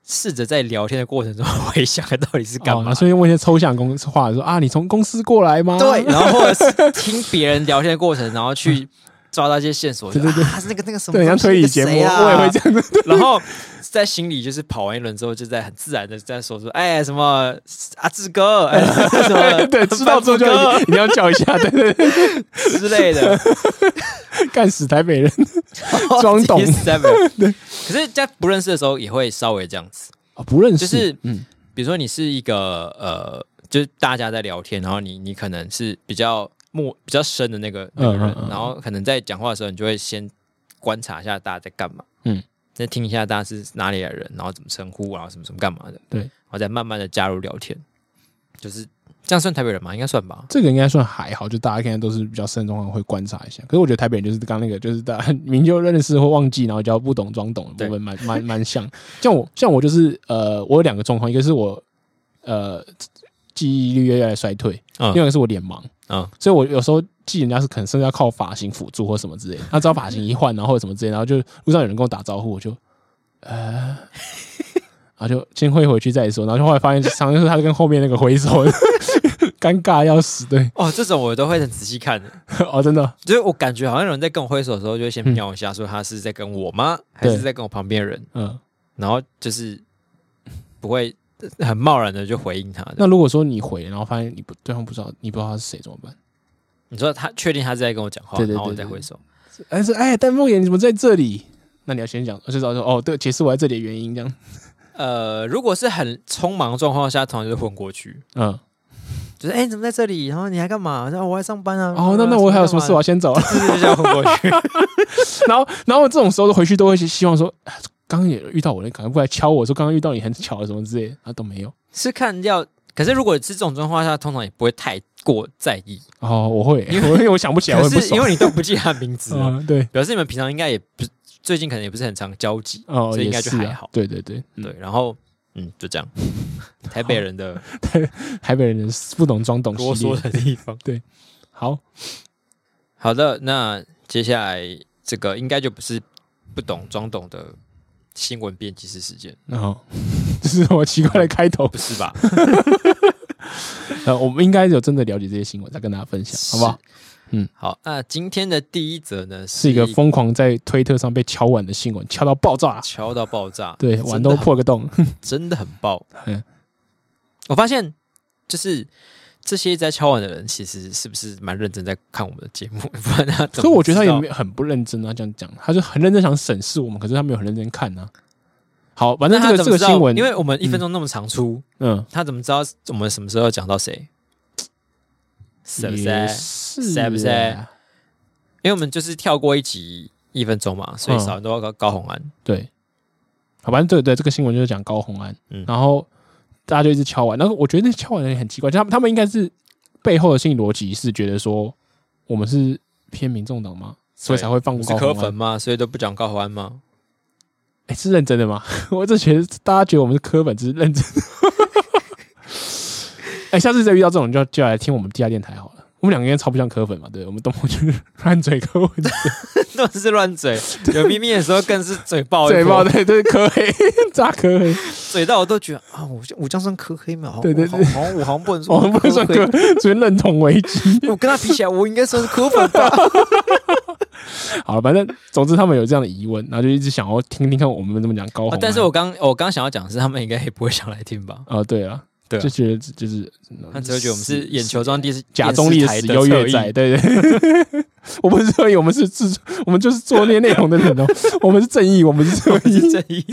S2: 试着在聊天的过程中回想到底是干
S1: 哦
S2: 嘛
S1: 那。顺便问一些抽象公话，说啊，你从公司过来吗？
S2: 对，，然后或者是听别人聊天的过程，然后去抓到一些线索，
S1: 对对
S2: 就啊，是那个那个什 么
S1: 对，
S2: 东西，
S1: 像推理节目，
S2: 那个谁啊
S1: 我也会这样子。
S2: 然后在心里就是跑完一轮之后，就在很自然的在说说，哎，什么阿志哥，哎，什 么
S1: 对，知道之后就
S2: 范
S1: 一
S2: 福
S1: 定一定要叫一下，对对对，
S2: 哥之类的，
S1: 干死台北人， 装 懂
S2: 对，可是在不认识的时候也会稍微这样子，
S1: 哦不认识，
S2: 就是
S1: 嗯，
S2: 比如说你是一个呃，就是大家在聊天，然后你你可能是比较默比较深的那个那个人，
S1: 嗯嗯嗯
S2: 然后可能在讲话的时候，你就会先观察一下大家在干嘛，
S1: 嗯，
S2: 再听一下大家是哪里的人，然后怎么称呼，然后什么什么干嘛的，
S1: 对
S2: 然后再慢慢的加入聊天，就是这样算台北人吗？应该算吧。
S1: 这个应该算还好，就大家现在都是比较慎重，会观察一下。可是我觉得台北人就是刚刚那个，就是大家 明就认识或忘记，然后叫不懂装懂的部分，蛮蛮蛮像。像我像我就是呃，我有两个状况，一个是我呃记忆力越来越衰退，
S2: 嗯
S1: 另外一个是我脸盲，
S2: 嗯，
S1: 所以我有时候记人家是可能甚至要靠发型辅助或什么之类的。他只要发型一换，然后或者什么之类的，然后就路上有人跟我打招呼，我就呃。 然后就先挥回去再说，然后就后来发现，常常是他跟后面那个挥手， 尴尬要死。对，
S2: 哦，这种我都会很仔细看的，
S1: 哦，真的，
S2: 就是我感觉好像有人在跟我挥手的时候，就会先瞄一下，说他是在跟我吗？还是
S1: 对
S2: 在跟我旁边的人？
S1: 嗯。
S2: 然后就是 不会呃很贸然的就回应他的。
S1: 那如果说你回，然后发现你不对方不知道，你不知道他是谁怎么办？
S2: 你说他确定他是在跟我讲话，
S1: 对对对
S2: 然后我再回手。
S1: 哎，是哎，丹凤眼你怎么在这里？那你要先讲，就知道说哦，对，其实我在这里的原因这样。
S2: 呃，如果是很匆忙的状况下，通常就是混过去，
S1: 嗯，
S2: 就是哎、你怎么在这里？然后你还干嘛？然后我在上班啊。
S1: 哦，那那我还有什么事？我要先走了。
S2: 对对 对，就这样混过去。
S1: 然后，然后这种时候回去都会希望说，哎刚刚也遇到我了，赶快过来敲我说，刚刚遇到你很巧什么之类的，啊都没有。
S2: 是看要，可是如果是这种状况下，通常也不会太过在意，
S1: 哦，我会，
S2: 因
S1: 因为我想不起来，我
S2: 可
S1: 很不
S2: 是因
S1: 爽。
S2: 为你都不记得他名字啊，
S1: 嗯，对，
S2: 表示你们平常应该也不最近可能也不是很常交集。
S1: 哦，
S2: 所以应
S1: 也
S2: 该
S1: 是
S2: 就
S1: 啊
S2: 还好
S1: 对对对，嗯
S2: 对，然后嗯，就 这样。台北人的
S1: 台北人不懂装懂
S2: 啰
S1: 系列
S2: 嗦。的地方。
S1: 好，
S2: 好的，那接下来这个应该就不是不懂装懂的新闻编辑室事件，
S1: 然后 这是我奇怪的开头。
S2: 不是吧？
S1: 呃，我们应该有真的了解这些新闻，再跟大家分享，好不好？
S2: 好，那今天的第一则呢，
S1: 是一个疯狂在推特上被敲碗的新闻，敲到爆炸，
S2: 敲到爆炸，
S1: 对，
S2: 真的
S1: 碗都
S2: 很，
S1: 破个洞。
S2: 真的很爆
S1: 嗯。
S2: 我发现就是这些在敲碗的人，其实是不是蛮认真在看我们的节目？ 不然他 怎么
S1: 所以我觉得他
S2: 知道
S1: 也没有很不认真啊，这样讲，他就很认真想审视我们，可是他没有很认真看啊。好，反正
S2: 那
S1: 这个
S2: 他怎
S1: 这
S2: 么
S1: 个
S2: 知道
S1: 新闻，
S2: 因为我们一分钟那么长出，
S1: 嗯，
S2: 他怎么知道我们什么时候讲到谁？是不是？
S1: 也是
S2: 是不是
S1: 啊
S2: 因为我们就是跳过一集一分钟嘛，
S1: 嗯
S2: 所以少很多高高红安。
S1: 对，好，反正这个对这个新闻就是讲高红安，
S2: 嗯
S1: 然后大家就一直敲碗，然后我觉得那敲碗的人很奇怪，就他们他们应该是背后的心理逻辑是觉得说我们是偏民众党吗？所以才会放
S2: 我
S1: 过嗯
S2: 是
S1: 高
S2: 科
S1: 红
S2: 粉
S1: 安。
S2: 嘛，所以都不讲高红安嘛。
S1: 哎、是认真的吗？ 我只觉得大家觉得我们是科本，只是 认真的。哎、下次再遇到这种就就来听我们地下电台好了。我们两个应该超不像柯粉嘛，对，我们动不动就是 乱嘴柯文哲，
S2: 都是乱嘴，有咪咪的时候更是嘴爆一
S1: 嘴巴
S2: 波
S1: 对，对柯黑， 炸柯黑，
S2: 嘴到我都觉得啊，我我这样算科黑吗？好
S1: 对对
S2: 我好好像我好像不能说，
S1: 我们不能算柯，只是认同危机。
S2: 我跟他比起来，我应该算是科粉吧？
S1: 好了，反正总之他们有这样的疑问，然后就一直想要听听看我们怎么讲高
S2: 啊
S1: 红。
S2: 但是我刚我刚想要讲的是，他们应该也不会想来听 吧？
S1: 啊，对啊，
S2: 对啊
S1: 就觉得就是
S2: 他只会觉得我们是眼球装电视
S1: 假中立
S2: 电
S1: 的
S2: 视
S1: 死
S2: 台的
S1: 优越
S2: 侧翼
S1: 仔，对对。 我们是恶意，我们是制，我们就是做那些内容的人哦。我们是正义，我们是恶意
S2: 是。正义。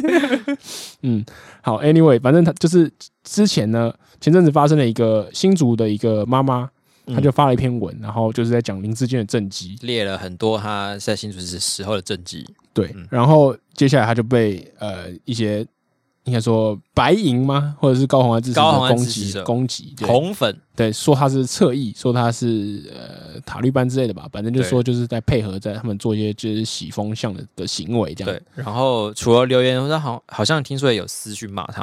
S1: 嗯， 好，anyway，反正他就是之前呢，前阵子发生了一个新竹的一个妈妈，
S2: 嗯
S1: 她就发了一篇文，然后就是在讲林志坚的政绩，
S2: 列了很多他在新竹时时候的政绩，
S1: 对，
S2: 嗯
S1: 然后接下来他就被呃一些应该说白银吗，或者是高红安支持
S2: 高虹
S1: 者
S2: 安
S1: 攻
S2: 支持
S1: 击
S2: 者
S1: 攻击，对
S2: 红粉
S1: 对，说他是侧翼，说他是呃塔利班之类的吧，反正就
S2: 对
S1: 说就是在配合在他们做一些就是洗风向的的行为这样
S2: 对。然后除了留言，我好好像听说也有私讯骂他，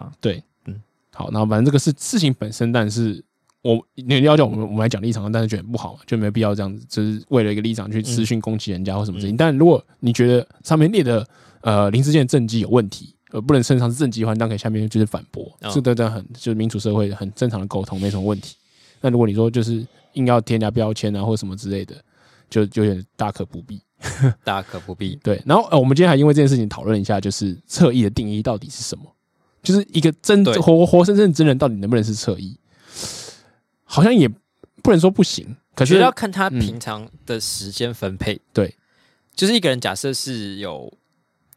S1: 好，那反正这个是事情本身，但是我你要叫我们我们来讲立场，但是觉得很不好嘛，就没必要这样子，就是为了一个立场去私讯攻击人家或什么事情。但如果你觉得上面列的呃林志健的政绩有问题，呃不能称上是政绩的话，你当然可以下面就是反驳，
S2: 嗯
S1: 这这这很就是民主社会很正常的沟通，没什么问题。那如果你说就是硬要添加标签啊或什么之类的，就就有点大可不必。
S2: 大家可不必。
S1: 对，然后呃，我们今天还因为这件事情讨论一下，就是侧翼的定义到底是什么？就是一个真
S2: 对
S1: 活活生生的真人到底能不能是侧翼？好像也不能说不行，可
S2: 我觉
S1: 是
S2: 得要看他
S1: 嗯
S2: 平常的时间分配。
S1: 对，
S2: 就是一个人假设是有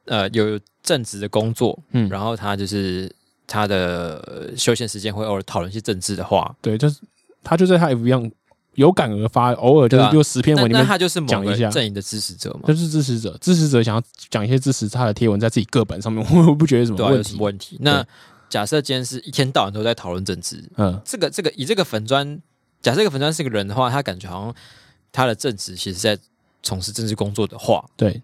S2: 呃有正职的工作，
S1: 嗯，
S2: 然后他就是他的呃休闲时间会偶尔讨论一些政治的话，
S1: 对，就是他就在他 FB 上有感而发，偶尔就
S2: 对
S1: 是
S2: 啊
S1: 就十篇
S2: 那
S1: 文里
S2: 那
S1: 面
S2: 他就是某
S1: 讲一下
S2: 个阵营的支持者嘛
S1: 就，是支持者，支持者想要讲一些支持他的贴文，在自己个版上面，我不觉得有什
S2: 对
S1: 么
S2: 啊，
S1: 问
S2: 有什
S1: 题
S2: 么。问题？那假设今天是一天到晚都在讨论政治，
S1: 嗯，
S2: 这个这个以这个粉砖，假设一个粉砖是个人的话，他感觉好像他的正职其实在从事政治工作的话，
S1: 对，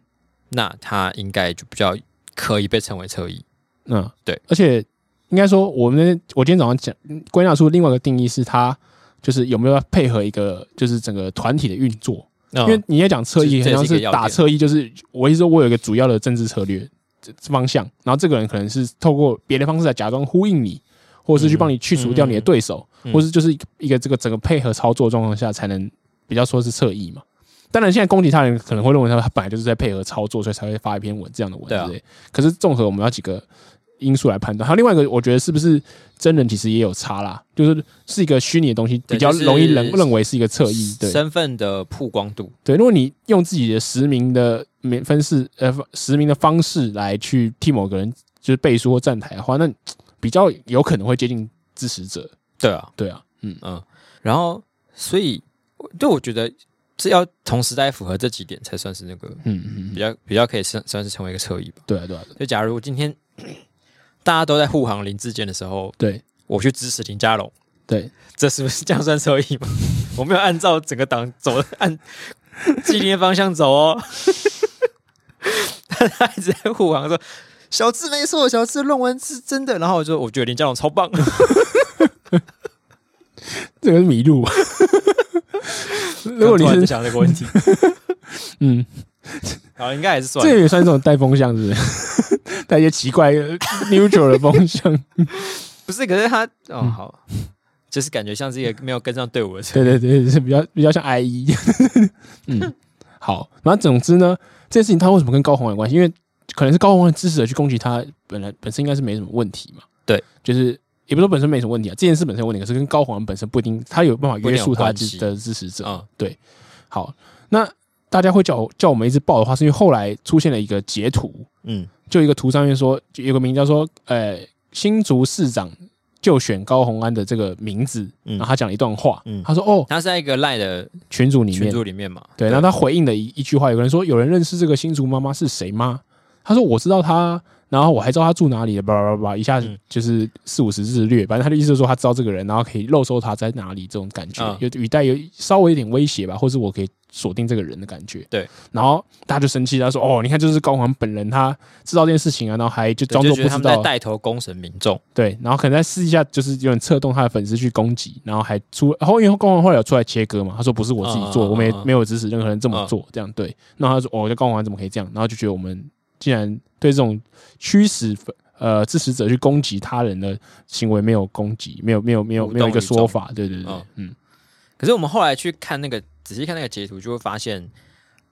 S2: 那他应该就比较可以被称为侧翼。
S1: 嗯，
S2: 对，
S1: 而且应该说，我们那天我今天早上讲嗯归纳出另外一个定义是，他就是有没有要配合一个就是整个团体的运作，
S2: 因
S1: 因为你也讲侧翼，
S2: 这
S1: 好像
S2: 这是一个
S1: 是
S2: 要点
S1: 打侧翼，就是我意思说我有一个主要的政治策略这这方向，然后这个人可能是透过别的方式来假装呼应你，或者是去帮你去除掉你的对手，
S2: 嗯嗯嗯嗯
S1: 或是就是一个一个这个整个配合操作状况下才能比较说是侧翼嘛。当然，现在攻击他人可能会认为他他本来就是在配合操作，所以才会发一篇文这样的文之
S2: 对啊
S1: 类。可是综合我们要几个因素来判断，还有另外一个，我觉得是不是真人其实也有差啦，就是是一个虚拟的东西，
S2: 对
S1: 比较
S2: 就是
S1: 容易认认为是一个侧翼。对，
S2: 身份的曝光度，
S1: 对，如果你用自己的实名的免分式呃实名的方式来去替某个人就是背书或站台的话，那比较有可能会接近支持者。
S2: 对啊，
S1: 对啊，嗯，
S2: 嗯，然后所以对我觉得是要同时代符合这几点才算是那个
S1: 嗯嗯嗯，
S2: 比较比较可以算算是成为一个侧翼吧。
S1: 对啊，对啊，
S2: 就假如今天 大家都在护航林志坚的时候，
S1: 对
S2: 我去支持林佳龙，
S1: 对，
S2: 这是不是这样算侧翼吗？ 我没有按照整个党走的 按既定的方向走哦， 他一直在护航说。小智没错，小智论文是真的。然后我就我觉得林佳龙超棒，
S1: 这个是迷路吧。 如果你
S2: 突然就是想到这 个问题，
S1: 嗯，
S2: 好，应该还是算了
S1: 这也算一种带风向，是不是？ 带一些奇怪的 neutral 的风向。
S2: 不是，可是他哦
S1: 嗯
S2: 好，就是感觉像是一个没有跟上队 伍的车。
S1: 对对对，是比较比较像 IE。嗯，好，然后总之呢，这件事情它为什么跟高虹有关系？因为可能是高虹的支持者去攻击他，本来本身应该是没什么问题嘛。
S2: 对，
S1: 就是也不是说本身没什么问题啊，这件事本身有问题，可是跟高虹本身不一定，他有办法
S2: 不一
S1: 约
S2: 定有
S1: 束他
S2: 关
S1: 支
S2: 系
S1: 的支持者。
S2: 嗯，
S1: 好，那大家会叫我叫我们一直报的话，是因为后来出现了一个截图，
S2: 嗯，
S1: 就一个图上面说，就有个名叫说，呃，新竹市长就选高虹安的这个名字，
S2: 嗯
S1: 然后他讲了一段话，
S2: 嗯
S1: 他说哦，
S2: 他是在一个赖的
S1: 群组里
S2: 群
S1: 面
S2: 组里面嘛。
S1: 对，然后他回应的一一句话，有个人说：“有人认识这个新竹妈妈是谁吗？”他说：“我知道她然后我还知道他住哪里，叭叭叭叭，一下
S2: 嗯
S1: 就是四五十字略，反正他的意思就是说他知道这个人，然后可以漏搜他在哪里这种感觉，
S2: 嗯
S1: 有语带有稍微有点威胁吧，或是我可以锁定这个人的感觉。
S2: 对，
S1: 然后大家就生气，他说：“哦，你看，这就是高皇本人，他知道这件事情啊，然后还就装
S2: 对
S1: 作
S2: 就觉
S1: 不
S2: 得他
S1: 知
S2: 们在
S1: 道。”
S2: 带头攻审民众，
S1: 对，然后可能在私底下就是有点策动他的粉丝去攻击，然后还出，然后因为高宏后来有出来切割嘛，他说不是我自己做，
S2: 嗯嗯嗯
S1: 我们也
S2: 嗯嗯
S1: 没有指使任何人这么
S2: 嗯
S1: 做，这样对。那他说，哦，这高宏怎么可以这样？然后就觉得我们竟然对这种驱使呃支持者去攻击他人的行为没有攻击，没有没有没有
S2: 无
S1: 没有一
S2: 动
S1: 个
S2: 于
S1: 说
S2: 衷
S1: 法，对对对
S2: 嗯，
S1: 嗯
S2: 可是我们后来去看那个仔细看那个截图，就会发现，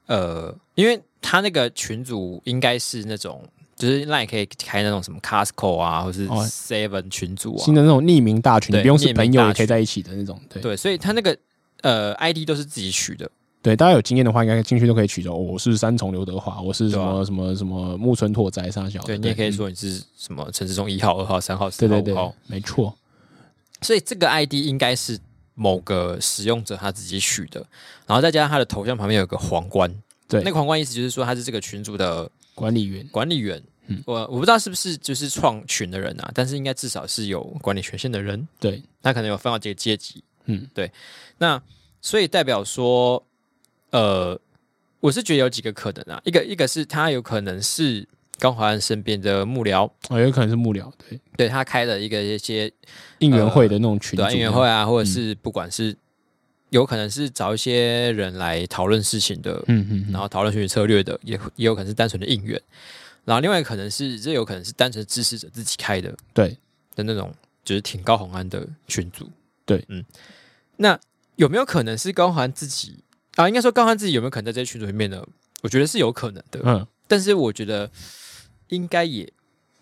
S2: 呃，因为他那个群组应该是那种，就是那也可以开那种什么 Costco 啊，或是
S1: 哦
S2: Seven 群组啊
S1: 新，的那种匿名大群，
S2: 对
S1: 你不用是
S2: 匿名
S1: 朋友
S2: 大
S1: 也可以
S2: 群
S1: 在一起的那种，对
S2: 对，所以他那个呃 ID 都是自己取的，
S1: 对，大家有经验的话，应该进去都可以取走、哦我是三重刘德华，我是什
S2: 对啊
S1: 么什么什么木村拓哉啥小的，
S2: 对你也可以
S1: 嗯
S2: 说你是什么陈志忠一号、二号、三号、四
S1: 对
S2: 号、
S1: 对
S2: 五
S1: 对
S2: 号，，
S1: 没错。
S2: 所以这个 ID 应该是某个使用者他自己取的，然后再加上他的头像旁边有个皇冠，
S1: 对
S2: 那个皇冠意思就是说他是这个群组的
S1: 管理员，
S2: 管理员。
S1: 嗯
S2: 我我不知道是不是就是创群的人啊，但是应该至少是有管理权限的人，
S1: 对
S2: 他可能有分到这个阶级。
S1: 嗯，
S2: 对。那所以代表说，呃，我是觉得有几个可能啊，一个一个是他有可能是高华安身边的幕僚，
S1: 哦，有可能是幕僚，对，
S2: 对他开了一个一些
S1: 应援会的那种群组，嗯
S2: 对啊，应援会，啊，或者是不管是、有可能是找一些人来讨论事情的，
S1: 嗯嗯嗯，
S2: 然后讨论选举策略的，也也有可能是单纯的应援，然后另外一个可能是这有可能是单纯支持者自己开的
S1: 对，
S2: 的那种，就是挺高红安的群组。
S1: 对，
S2: 嗯，那有没有可能是高红安自己啊？应该说高红安自己有没有可能在这些群组里面呢？我觉得是有可能的，
S1: 嗯，
S2: 但是我觉得应该也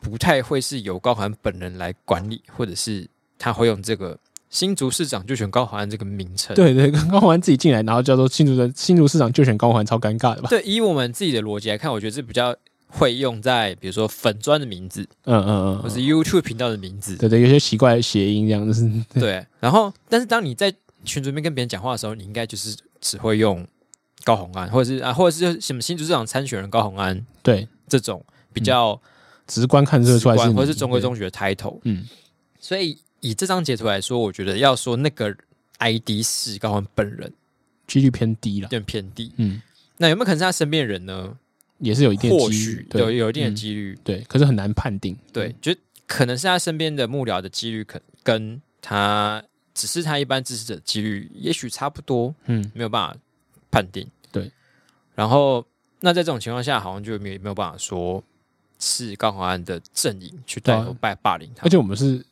S2: 不太会是由高环本人来管理，或者是他会用这个新竹市长就选高环这个名称。
S1: 对对，跟高环自己进来，然后叫做新竹的新竹市长就选高环，超尴尬的吧？
S2: 对，以我们自己的逻辑来看，我觉得这比较会用在比如说粉砖的名字，
S1: 嗯嗯
S2: 或
S1: 嗯
S2: 是 YouTube 频道的名字。
S1: 对对，有些奇怪的谐音这样子，
S2: 对，然后但是当你在群组里面跟别人讲话的时候，你应该就是只会用高红安，或者是啊，或者是什么新竹市长参选人高红安
S1: 对，
S2: 这种比较
S1: 直观看测
S2: 直
S1: 出来嗯
S2: 观，
S1: 是，
S2: 或者是中规，中矩的 title。
S1: 嗯，
S2: 所以以这张截图来说，我觉得要说那个 ID 是高欢本人，
S1: 几率偏低
S2: 有
S1: 了，
S2: 点偏低。
S1: 嗯，
S2: 那有没有可能是他身边的人呢？
S1: 也是有一定的
S2: 或
S1: 几率
S2: 许，有有一定的
S1: 嗯
S2: 几率，
S1: 对，可是很难判定，
S2: 对，就可能是他身边的幕僚的几率，可跟他只是他一般支持者的几率，也许差不多，
S1: 嗯，
S2: 没有办法判定。
S1: 对，
S2: 然后那在这种情况下，好像就没有没有办法说是高宏安的阵营去带头
S1: 对啊
S2: 霸霸凌他
S1: 而。且我们是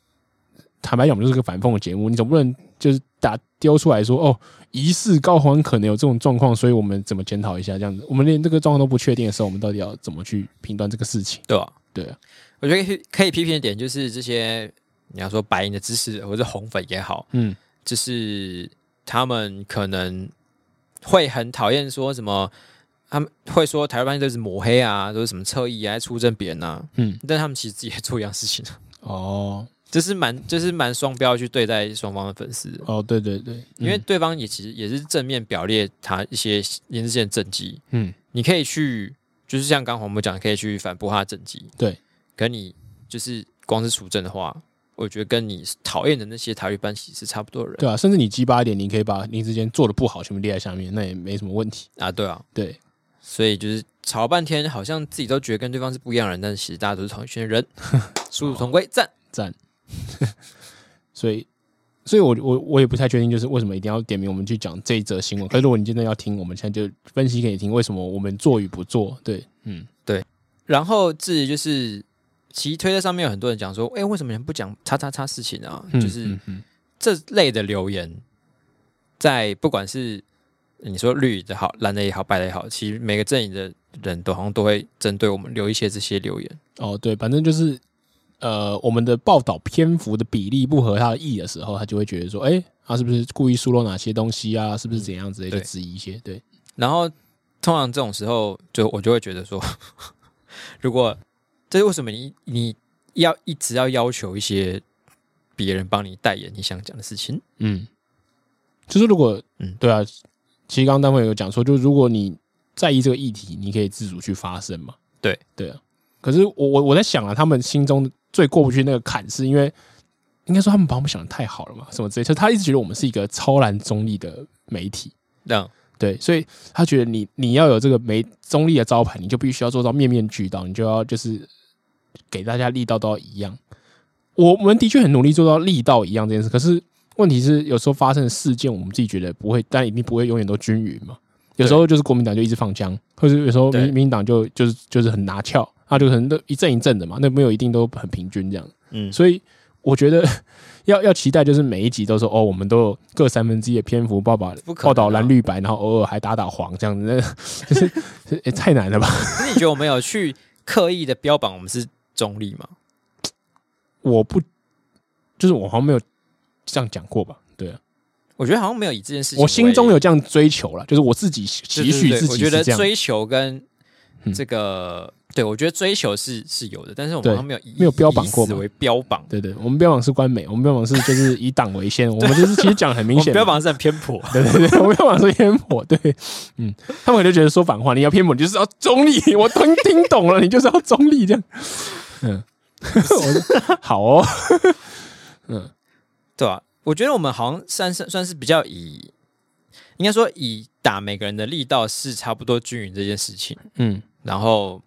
S1: 坦白讲，我们就是个反讽的节目，你总不能就是打丢出来说哦，疑似高环可能有这种状况，所以我们怎么检讨一下这样子？我们连这个状况都不确定的时候，我们到底要怎么去评断这个事情？
S2: 对啊，
S1: 对啊，
S2: 我觉得可以可以批评的点就是这些，你要说白银的支持者或者红粉也好，
S1: 嗯，
S2: 就是他们可能会很讨厌说什么，他们会说台湾就是抹黑啊，都是什么侧翼啊，出征别人啊，
S1: 嗯，
S2: 但他们其实自己也做一样事情，啊
S1: 哦，
S2: 就是蛮就是蛮双标去对待双方的粉丝的，
S1: 哦，对对对，
S2: 因为对方也其实也是正面表列他一些林志健的政绩，
S1: 嗯，
S2: 你可以去，就是像刚黄木讲，可以去反驳他的政绩。
S1: 对，
S2: 可你就是光是除证的话，我觉得跟你讨厌的那些台语班其实是差不多的人
S1: 对啊，甚至你鸡巴一点，你可以把林志坚做的不好全部列在下面，那也没什么问题。
S2: 啊，对啊，
S1: 对，
S2: 所以就是吵了半天，好像自己都觉得跟对方是不一样的人，但是其实大家都是同一 群人，殊途同归，赞。
S1: 赞。所以，所以我我我也不太确定，就是为什么一定要点名我们去讲这一则新闻。可是如果你真的要听，我们现在就分析给你听，为什么我们做与不做？对，嗯，
S2: 然后至于就是，其实推特上面有很多人讲说，哎、为什么你们不讲叉叉叉事情啊？就是。
S1: 嗯嗯
S2: 这类的留言，在不管是你说绿的好、蓝的也好、白的也好，其实每个阵营的人都好像都会针对我们留一些这些留言。
S1: 哦，对，反正就是呃，我们的报道篇幅的比例不合他的意的时候，他就会觉得说，哎、他是不是故意疏漏哪些东西啊？是不是怎样之类的
S2: 对
S1: 质疑一些？对，
S2: 然后通常这种时候，就我就会觉得说， 如果这是为什么你你要一直要要求一些别人帮你代言你想讲的事情？
S1: 嗯，就是如果，嗯
S2: 嗯，
S1: 对啊，其实刚刚单位有讲说，就如果你在意这个议题，你可以自主去发声嘛。
S2: 对，
S1: 对啊，可是我我我在想啊，他们心中最过不去那个坎，是因为应该说他们把我们想的太好了嘛，什么之类，就他一直觉得我们是一个超然中立的媒体，
S2: 嗯，
S1: 对，所以他觉得你你要有这个媒中立的招牌，你就必须要做到面面俱到，你就要就是给大家力道都要一样。我们的确很努力做到力道一样这件事，可是问题是有时候发生的事件，我们自己觉得不会，但一定不会永远都均匀嘛。有时候就是国民党就一直放枪，或者有时候民
S2: 对
S1: 民进党就就是就是很拿翘，那就可能都一阵一阵的嘛，那没有一定都很平均这样。
S2: 嗯
S1: 所以我觉得 要要期待就是每一集都说哦，我们都有各三分之一的篇幅报把
S2: 不可能啊
S1: 报道蓝绿白，然后偶尔还打打黄这样子，那 就是是也太难了吧？
S2: 可是你觉得我们有去刻意的标榜我们是中立吗？
S1: 我不就是我好像没有这样讲过吧？对啊，
S2: 我觉得好像没有以这件事情为，
S1: 我心中有这样追求了，就是我自己期
S2: 对对
S1: 许
S2: 对
S1: 自
S2: 我
S1: 己
S2: 觉得
S1: 是这样，
S2: 追求跟
S1: 嗯
S2: 这个，对我觉得追求是是有的，但是我们
S1: 对
S2: 好像没有以
S1: 没有标榜过
S2: 以此
S1: 嘛
S2: 为标榜，
S1: 对对，我们标榜是官媒，我们标榜是就是以党为 先，我们就是其实讲得很
S2: 我
S1: 明
S2: 们
S1: 显嘛，
S2: 标榜是很偏颇。
S1: 对对对，我没有想说偏颇，对，嗯，他们可能就觉得说反话，你要偏颇，你就是要中立，我听听懂了，你就是要中立这样，嗯，我说 好哦，
S2: 对啊，我觉得我们好像算是算是比较以，应该说以打每个人的力道是差不多均匀这件事情，
S1: 嗯，
S2: 然后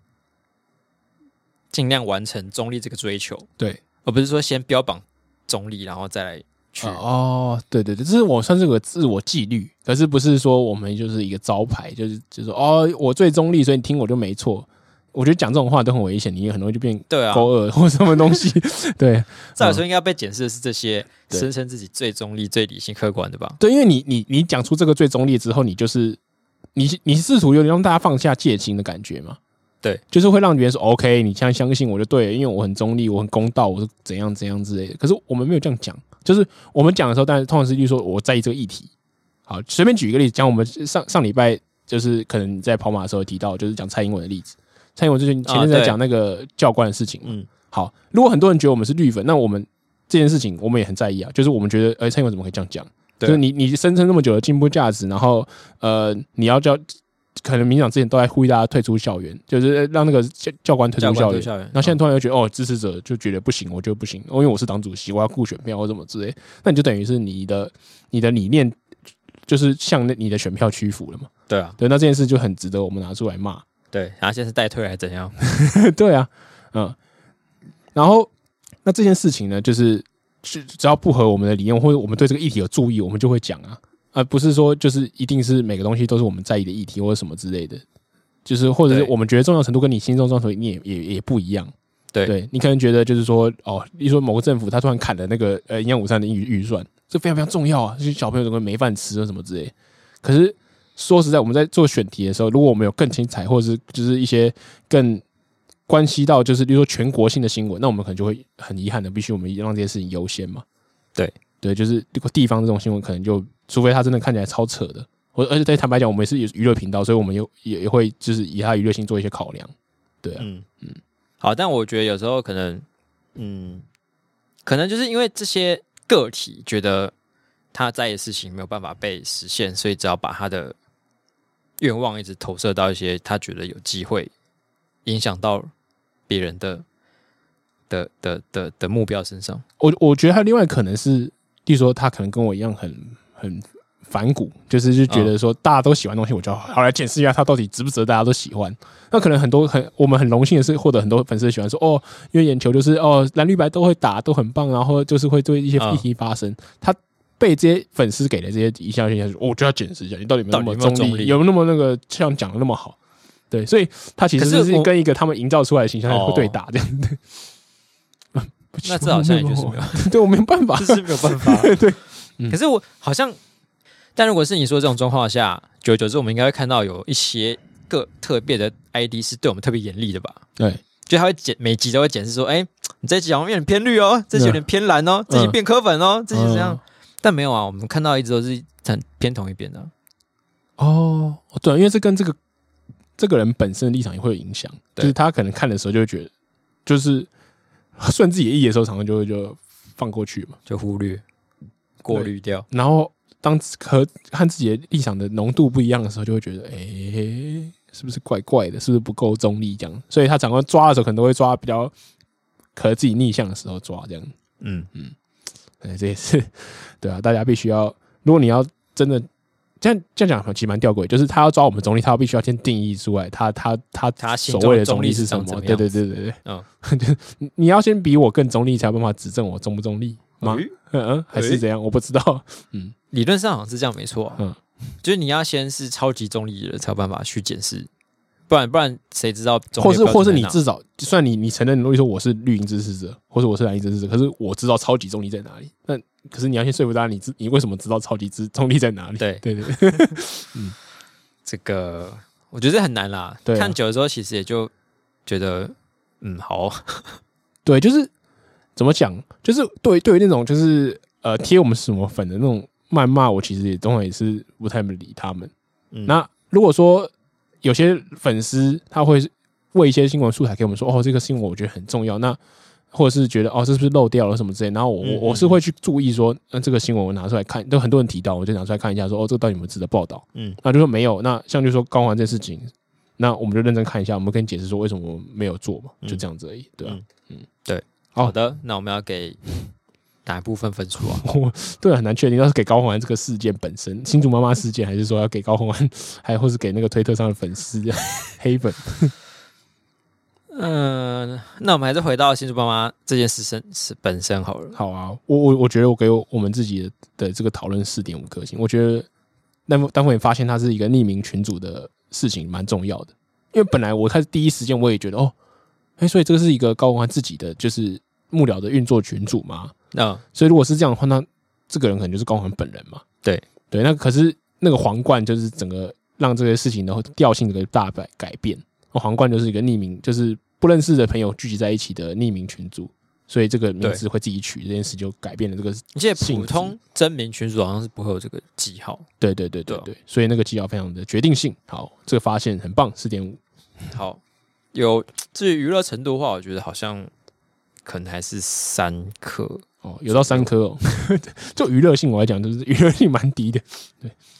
S2: 尽量完成中立这个追求，
S1: 对，
S2: 而不是说先标榜中立，然后再来去。
S1: 哦，对对对，这是我算是个自我纪律，可是不是说我们就是一个招牌，就是就是说哦，我最中立，所以你听我就没错。我觉得讲这种话都很危险，你也很容易就变
S2: 对啊，
S1: 勾二或什么东西。 对
S2: 照理说应该要被检视的是这些
S1: 对
S2: 声称自己最中立、最理性、客观的吧？
S1: 对，因为你你你讲出这个最中立之后，你就是你你试图有点让大家放下戒心的感觉嘛。
S2: 对，
S1: 就是会让别人说 OK，你现在相信我就对了，因为我很中立，我很公道，我是怎样怎样之类的。可是我们没有这样讲，就是我们讲的时候，但是通常是就说我在意这个议题。好，随便举一个例子，讲我们上上礼拜就是可能你在跑马的时候提到，就是讲蔡英文的例子。蔡英文最近前阵子
S2: 啊
S1: 在
S2: 对
S1: 讲那个教官的事情嘛。
S2: 嗯
S1: 好，如果很多人觉得我们是绿粉，那我们这件事情我们也很在意啊，就是我们觉得，哎、蔡英文怎么可以这样讲？就
S2: 对
S1: 是你你声称那么久的进步价值，然后呃，你要叫可能民进党之前都在呼吁大家退出校园，就是让那个教教官退
S2: 教
S1: 出
S2: 官
S1: 校
S2: 对
S1: 园。
S2: 校园，嗯
S1: 然后现在突然又觉得哦，支持者就觉得不行，我觉得不行，哦因为我是党主席，我要顾选票或什么之类，那你就等于是你的你的理念就是向那你的选票屈服了嘛？
S2: 对啊，
S1: 对，那这件事就很值得我们拿出来骂。
S2: 对，然后现在是代退还是怎样？
S1: 对啊，嗯，然后那这件事情呢，就是只只要不合我们的理念，或者我们对这个议题有注意，我们就会讲啊，而不是说就是一定是每个东西都是我们在意的议题或者什么之类的，就是或者是
S2: 对
S1: 我们觉得重要程度跟你心中重要程度你也也也不一样。
S2: 对
S1: 你可能觉得就是说，哦，你说某个政府他突然砍了那个呃营养午餐的预预算，这非常非常重要啊，就是小朋友怎么没饭吃啊什么之类。可是说实在，我们在做选题的时候，如果我们有更精彩或者是就是一些更关系到就是，比如说全国性的新闻，那我们可能就会很遗憾的，必须我们让这些事情优先嘛。
S2: 对
S1: 对，就是如果地方这种新闻，可能就除非它真的看起来超扯的，或而且对坦白讲，我们也是娱乐频道，所以我们有也也会就是以它娱乐性做一些考量。对啊，
S2: 嗯 嗯，好，但我觉得有时候可能，嗯，可能就是因为这些个体觉得他在意的事情没有办法被实现，所以只要把他的愿望一直投射到一些他觉得有机会影响到别人的的的的的目标身上。
S1: 我我觉得还有另外可能是，例如说他可能跟我一样很很反骨，就是就觉
S2: 嗯
S1: 得说大家都喜欢的东西，我就要好来检视一下它到底值不值得大家都喜欢。那可能很多很我们很荣幸的是获得很多粉丝喜欢说哦，因为眼球就是哦蓝绿白都会打都很棒，然后就是会对一些
S2: 嗯
S1: 议题发声。他被这些粉丝给的这些一项现象，哦我就要检视一下你到底有没有那么
S2: 到底有没
S1: 中
S2: 有中
S1: 立，
S2: 立
S1: 有没有那么那个像讲的那么好。对，所以他其实
S2: 可是
S1: 是
S2: 我
S1: 跟一个他们营造出来的形象
S2: 哦
S1: 会对打这样的。
S2: 那这好像也就是没有，
S1: 对我没有办法，
S2: 这是没有办 法。
S1: 对嗯
S2: 可是我好像，但如果是你说这种状况下，久而久之，我们应该会看到有一些个特别的 ID 是对我们特别严厉的吧？
S1: 对，
S2: 就他会检每集都会检视说，哎、你这集好像有点偏绿哦，这集有点偏蓝哦，这集变科粉哦，这集这样。
S1: 嗯
S2: 但没有啊，我们看到一直都是很偏同一边的。
S1: 哦，对，因为这跟这个这个人本身的立场也会有影响，就
S2: 对
S1: 是他可能看的时候就会觉得，就是 顺自己的意的时候，常常就会就放过去嘛。
S2: 就忽略、过滤掉。
S1: 然后当和和自己的立场的浓度不一样的时候，就会觉得，哎、是不是怪怪的？是不是不够中立？这样，所以他长官抓的时候，可能都会抓比较可能自己逆向的时候抓这样。
S2: 嗯，
S1: 哎，这也是对啊，大家必须要，如果你要真的这样这样讲，其实蛮吊诡，就是他要抓我们中立，他要必须要先定义出来，他他他
S2: 他心
S1: 所
S2: 中
S1: 谓的
S2: 的中
S1: 中立
S2: 立
S1: 是
S2: 是
S1: 什
S2: 长
S1: 么？
S2: 怎么
S1: 对
S2: 样
S1: 对对对对，
S2: 嗯，
S1: 就是你你要先比我更中立，才有办法指正我中不中立吗？
S2: 诶
S1: 嗯嗯，还是
S2: 诶
S1: 怎样？我不知道。
S2: 理论上好像是这样，没错、
S1: 嗯
S2: 嗯，就是你要先是超级中立的人，才有办法去检视，不然不然谁知道中立
S1: 或是
S2: 的标准
S1: 或是你
S2: 在哪
S1: 至少，就算你你承认，如果说我是绿营支持者，或者我是蓝营支持者，可是我知道超级中立在哪里。那可是你要先说服大家，你知你为什么知道超级之中立在哪里？
S2: 对
S1: 对对，
S2: 这个，我觉得这很难啦。
S1: 对啊
S2: 看久了之后，其实也就觉得，嗯，好，
S1: 对，就是怎么讲，就是对对于那种就是呃贴我们什么粉的那种谩骂，我其实也通常也是不太理他们。
S2: 嗯
S1: 那如果说有些粉丝他会为一些新闻素材给我们说，哦，这个新闻我觉得很重要，那或者是觉得哦，这是不是漏掉了什么之类，然后我
S2: 嗯
S1: 我我是会去注意说，那、这个新闻我拿出来看，都很多人提到，我就拿出来看一下说哦，这个到底有没有值得报道？
S2: 嗯，
S1: 那就说没有，那像就说高环这事情，那我们就认真看一下，我们跟你解释说为什么我们没有做嘛，就这样子而已，对吧、啊
S2: 嗯 好的，那我们要给哪一部分分数啊？
S1: 我对很难确定，要是给高虹安这个事件本身，新竹妈妈事件，还是说要给高虹安， 还或是给那个推特上的粉丝黑粉？
S2: 嗯、那我们还是回到新竹爸妈这件事身是本身好了。
S1: 好啊，我我我觉得我给我们自己的的这个讨论四点五颗星，我觉得那么当我也发现它是一个匿名群组的事情，蛮重要的，因为本来我开始第一时间我也觉得哦，哎、所以这个是一个高虹安自己的就是幕僚的运作群组嘛，
S2: 那、
S1: 所以如果是这样的话，那这个人可能就是高环本人嘛。
S2: 对
S1: 对，那可是那个皇冠就是整个让这个事情然后调性的大改改变。哦皇冠就是一个匿名，就是不认识的朋友聚集在一起的匿名群组，所以这个名字会自己取，这件事就改变了这个。
S2: 而且
S1: 性
S2: 普
S1: 质
S2: 通真名群主好像是不会有这个记号。
S1: 对对对对
S2: 对啊
S1: 对，所以那个技巧非常的决定性。好，这个发现很棒，四点五。
S2: 好，有至于娱乐程度的话，我觉得好像可能还是三颗，
S1: 哦，有到三颗哦， 就娱乐性我来讲，就是娱乐性蛮低的，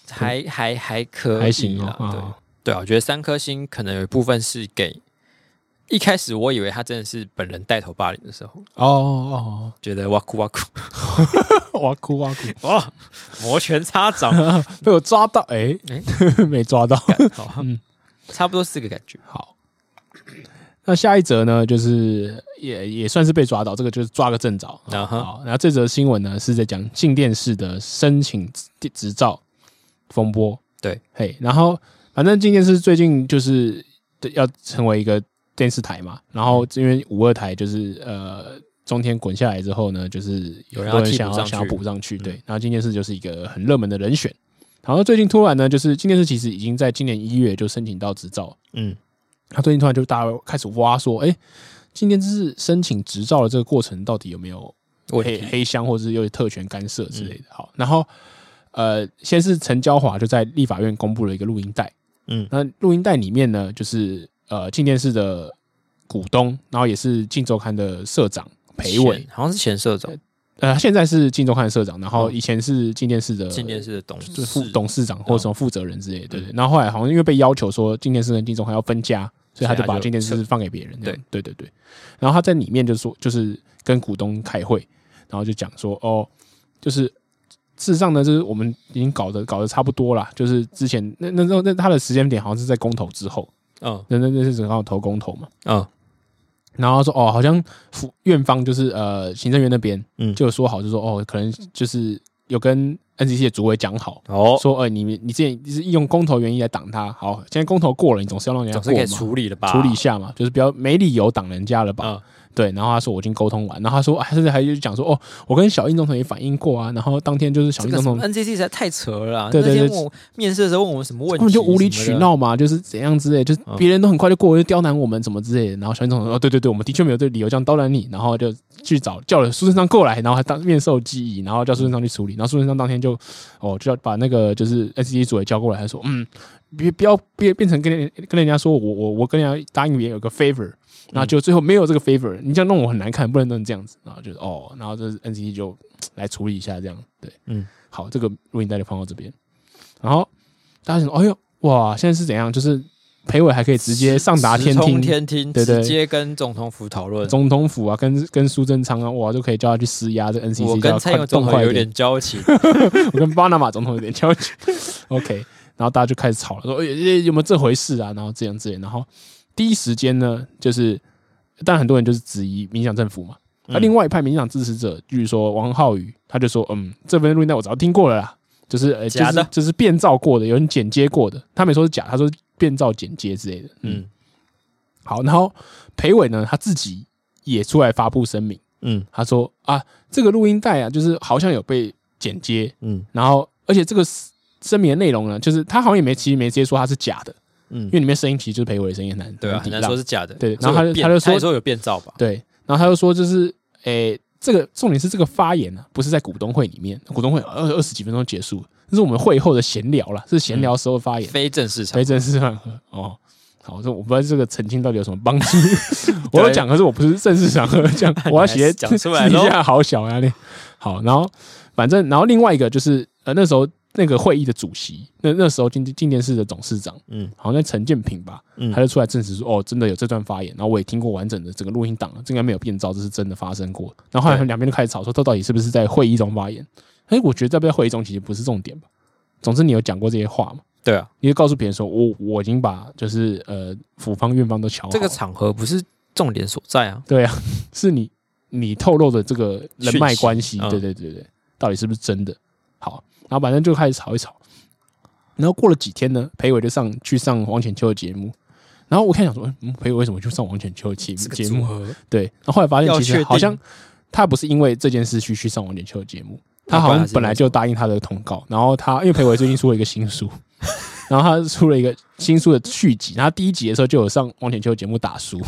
S2: 还还还可以
S1: 还行哦
S2: 啦。。对
S1: 啊，
S2: 嗯对啊，我觉得三颗星可能有一部分是给一开始我以为他真的是本人带头霸凌的时候，
S1: 哦哦
S2: 觉得哇酷哇酷
S1: 哦，哇哭哇哭，
S2: 哇，哦摩拳擦 掌，啊
S1: 被我抓到，哎、 没抓到。
S2: 干好，
S1: 嗯
S2: 差不多是这个感 觉。
S1: 好，那下一则呢，就是也也算是被抓到，这个就是抓个正着。
S2: 啊哈，
S1: 好，然后这则新闻呢是在讲静电式的申请执执照风波。
S2: 对，
S1: 嘿，然后反正静电视最近就是要成为一个电视台嘛，然
S2: 嗯
S1: 后因为五二台就是呃中天滚下来之后呢，就是有
S2: 有
S1: 很多
S2: 人要
S1: 人
S2: 替补
S1: 想要
S2: 上去嗯
S1: 想要补上去，对，然后静电视就是一个很热门的人选。然后最近突然呢，就是静电视其实已经在今年一月就申请到执照，
S2: 嗯，
S1: 他最近突然就大家开始挖说，哎、今天这是申请执照的这个过程到底有没有
S2: 问
S1: 黑
S2: 题嗯
S1: 黑箱或者是有特权干涉之类的？好，然后呃，先是陈娇华就在立法院公布了一个录音带，
S2: 嗯
S1: 那录音带里面呢，就是呃，静电视的股东，然后也是《镜周刊》的社长裴文
S2: 前，好像是前社长，
S1: 呃，他现在是《镜周刊》的社长，然后
S2: 嗯
S1: 以前是静电视的
S2: 今年是董
S1: 就是嗯
S2: 事
S1: 副董事长或者什么负责人之类的，对对。然后后来好像因为被要求说今天是跟金钟还要分家，所以他就把
S2: 所以他就
S1: 今天是放给别人。这样对对对。然后他在里面就说，就是跟股东开会，然后就讲说，哦，就是事实上呢，就是我们已经搞得搞得差不多啦，就是之前那那那那他的时间点好像是在公投之后，
S2: 嗯
S1: 那那那是刚好投公投嘛。
S2: 嗯
S1: 然后他说哦，好像府院方就是呃行政院那边，
S2: 嗯
S1: 就有说好，就说哦，可能就是有跟 NCC 的主委讲好，
S2: 哦，
S1: 说，呃，你们你之前是用公投原因来挡他，好，现在公投过了，你总是要让人家
S2: 总
S1: 过
S2: 是可以
S1: 嘛，
S2: 处理了吧？
S1: 处理一下嘛，就是不要没理由挡人家了吧？
S2: 嗯
S1: 对，然后他说我已经沟通完，然后他说，啊甚至还就讲说，哦，我跟小英总统也反映过啊，然后当天就是小
S2: 这
S1: 英
S2: 个
S1: 总
S2: 什
S1: 统
S2: 么 NCC 实在太扯了啦！
S1: 对对对
S2: 那天问我面试的时候问我们什么问
S1: 他
S2: 题，
S1: 们就无理取。闹嘛，就是怎样之类，就是
S2: 嗯
S1: 别人都很快就过，就刁难我们怎么之类的。然后小英总说：“哦，对对对，我们
S2: 嗯
S1: 的确没有这个理由这样刁难你。”然后就去找叫了苏贞昌过来，然后还当面授记忆，然后叫苏贞昌去
S2: 嗯
S1: 处理。然后苏贞昌当天就哦，就要把那个就是 S D 组也叫过来，他说：“嗯，别不要别变成跟人跟人家说我我我跟人家答应别人有个 favor。”然后
S2: 嗯
S1: 就最后没有这个 favor，你这样弄我很难看，不能弄这样子。然后就是哦，然后这 N C T 就来处理一下这样。对，
S2: 嗯，
S1: 好，这个录音带就放到这边。然后大家想说，哎呦，哇，现在是怎样？就是裴伟还可以直接上达天
S2: 直通
S1: 听，
S2: 天听，
S1: 对对
S2: 直接跟总统府讨论。
S1: 总统府啊，跟跟苏贞昌啊，哇，就可以叫他去施压这 NCC，
S2: 我
S1: 叫
S2: 跟
S1: 他
S2: 蔡
S1: 快
S2: 英文总
S1: 动
S2: 统
S1: 快
S2: 有
S1: 一
S2: 点 交情，
S1: 我跟巴拿马总统有点 交集。OK，然后大家就开始吵了，说、欸欸有没有这回事啊？然后这样之类，然后第一时间呢，就是但很多人就是质疑民进党政府嘛。那、
S2: 嗯
S1: 啊另外一派民进党支持者，据说王浩宇，他就说，嗯，这份录音带我早就听过了啦，就是呃，就
S2: 假的
S1: 是就是变造过的，有人剪接过的，他没说是假，他说变造剪接之类的。嗯，
S2: 嗯
S1: 好，然后裴伟呢，他自己也出来发布声明，
S2: 嗯
S1: 他说啊，这个录音带啊，就是好像有被剪接，
S2: 嗯
S1: 然后而且这个 s- 声明的内容呢，就是他好像也没其实没直接说他是假的，
S2: 嗯
S1: 因，为里面声音其实就是裴伟的声音很难
S2: 对啊，
S1: 抵
S2: 很
S1: 挡
S2: 难说是假的。
S1: 对
S2: 说
S1: 然后他
S2: 有
S1: 就
S2: 变
S1: 他就说
S2: 他也说有变造吧，
S1: 对，然后他就说就是诶，这个重点是这个发言呢、啊，不是在股东会里面，股东会二二十几分钟结束，这是我们会后的闲聊啦，是闲聊时候发言，
S2: 非正式场
S1: 非正式场合哦。好，这我不知道这个澄清到底有什么帮助。 我有讲，可是我不是正式场合 讲，我要写
S2: 讲出来
S1: 一
S2: 咯
S1: 下，好小压力。好，然后反正，然后另外一个就是呃，那时候那个会议的主席，那那时候进进电视的董事长，
S2: 嗯
S1: 好像叫陈建平吧，
S2: 嗯
S1: 他就出来证实说，哦，真的有这段发言，然后我也听过完整的整个录音档了，这应该没有变造，这是真的发生过。然后后来
S2: 对
S1: 两边就开始吵说，这到底是不是在会议中发言？哎，我觉得在不在会议中其实不是重点吧。总之，你有讲过这些话嘛？
S2: 对啊，
S1: 你就告诉别人说，我我已经把就是呃，府方院方都瞧好了，
S2: 这个场合不是重点所在啊。
S1: 对啊，是你你透露的这个人脉
S2: 讯息
S1: 关系，
S2: 嗯
S1: 对对对对，到底是不是真的？好，然后反正就开始吵一吵。然后过了几天呢，裴伟就上去上王浅秋的节目，然后我看想说，嗯，裴伟为什么去上王浅秋的节
S2: 这个
S1: 节
S2: 组
S1: 目？
S2: 合
S1: 对，然后后来发现
S2: 要
S1: 其实
S2: 确
S1: 好像
S2: 定
S1: 他不是因为这件事去去上王浅秋的节目，他
S2: 那不
S1: 好
S2: 然
S1: 像
S2: 他是
S1: 本来
S2: 因为什
S1: 就
S2: 么
S1: 答应他的通告，然后 他因为裴伟最近出了一个新书，然后他出了一个新书的续集，然后第一集的时候就有上王浅秋的节目打书，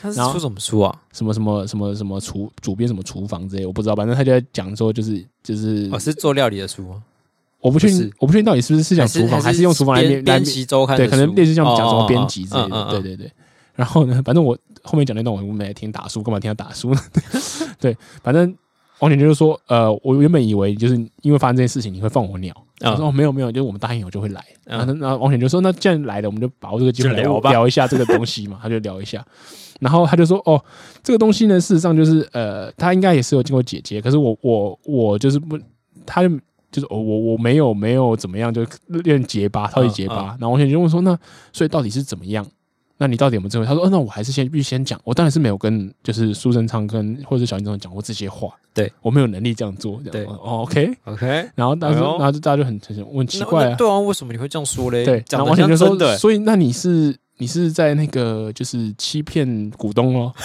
S2: 他是
S1: 然后
S2: 出什么书啊？
S1: 什么什么什么什么厨主编什么厨房之类，我不知道，反正他就在讲说就是就是，
S2: 哦，是做料理的书吗？
S1: 我不确
S2: 不
S1: 定
S2: 是
S1: 我不确定到底是不是是讲厨房，还是用厨房来
S2: 编
S1: 面来
S2: 编
S1: 面
S2: 辑周刊的
S1: 对，
S2: 书？
S1: 可能类似像讲什么编辑之
S2: 哦
S1: 类
S2: 哦哦
S1: 的，
S2: 嗯
S1: 对
S2: 嗯
S1: 对
S2: 嗯
S1: 对。然后呢，反正我后面讲那段我没来听打书，干嘛听他打书呢？ 对，反正王姐就是说，呃，我原本以为就是因为发生这件事情你会放我鸟，
S2: 嗯
S1: 我说哦没有没有，就是我们答应我就会来。
S2: 嗯
S1: 然后然后王姐就说，那既然来了，我们就把握这个机会
S2: 就聊吧
S1: 聊一下这个东西嘛，他就聊一下。然后他就说：“哦，这个东西呢，事实上就是呃，他应该也是有经过姐姐，可是我我我就是不，他就就是、哦、我我没有没有怎么样，就练结巴，超级结巴。
S2: 嗯
S1: 然后王显就问说：那所以到底是怎么样？那你到底有没有这回？他说：哦，那我还是先必须先讲，我当然是没有跟就是苏贞昌跟或者是小林总统讲过这些话，
S2: 对
S1: 我没有能力这样做。这
S2: 对
S1: 样哦，OK。
S2: OK。
S1: 然后当时、
S2: 哎呦
S1: 然后就大家就很很问奇
S2: 那
S1: 怪
S2: 那
S1: 啊，
S2: 对啊，为什么你会这样说嘞？
S1: 对，然
S2: 讲
S1: 后
S2: 的
S1: 王显
S2: 像
S1: 就说
S2: 真：的欸，
S1: 所以那你是你是在那个就是欺骗股东哦。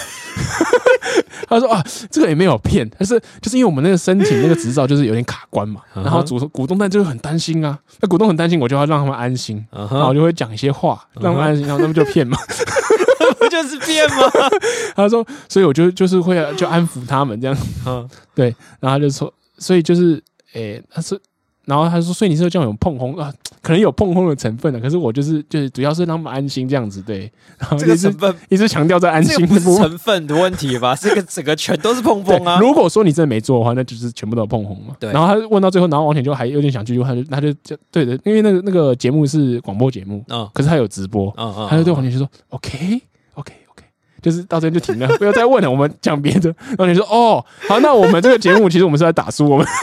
S1: 他说啊，这个也没有骗，但是就是因为我们那个申请那个执照就是有点卡关嘛，
S2: 嗯哼
S1: 然后股股东但就是很担心啊，那股东很担心，我就要让他们安心，
S2: 嗯
S1: 然后我
S2: 哼，嗯
S1: 就会讲一些话让他们安心，然后他们就骗嘛。
S2: 不 就是变吗？
S1: 他说，所以我就就是会啊就安抚他们这样，
S2: 嗯
S1: 然后他就说，所以就是，诶、他说，然后他说，所以你是这样有碰轰啊，可能有碰轰的成分的、啊可是我就是就是主要是让他们安心这样子，对，然后
S2: 这
S1: 就
S2: 个
S1: 是
S2: 成分，
S1: 一直强调在安
S2: 这
S1: 心
S2: 个不
S1: 的
S2: 是
S1: 部分。
S2: 成分的问题吧？这个整个全都是碰碰啊
S1: 对，。如果说你真的没做的话，那就是全部都有碰红嘛。
S2: 对
S1: 然后他问到最后，然后王浅就还有点想继续问，他就他就就对的，因为那个那个节目是广播节目，
S2: 嗯
S1: 可是他有直播，
S2: 嗯嗯，
S1: 他就对
S2: 嗯
S1: 王浅就说 OK OK OK，就是到这边就停了， 不要再问了，我们讲别的。然后你说哦，好，那我们这个节目其实我们是在打输我们。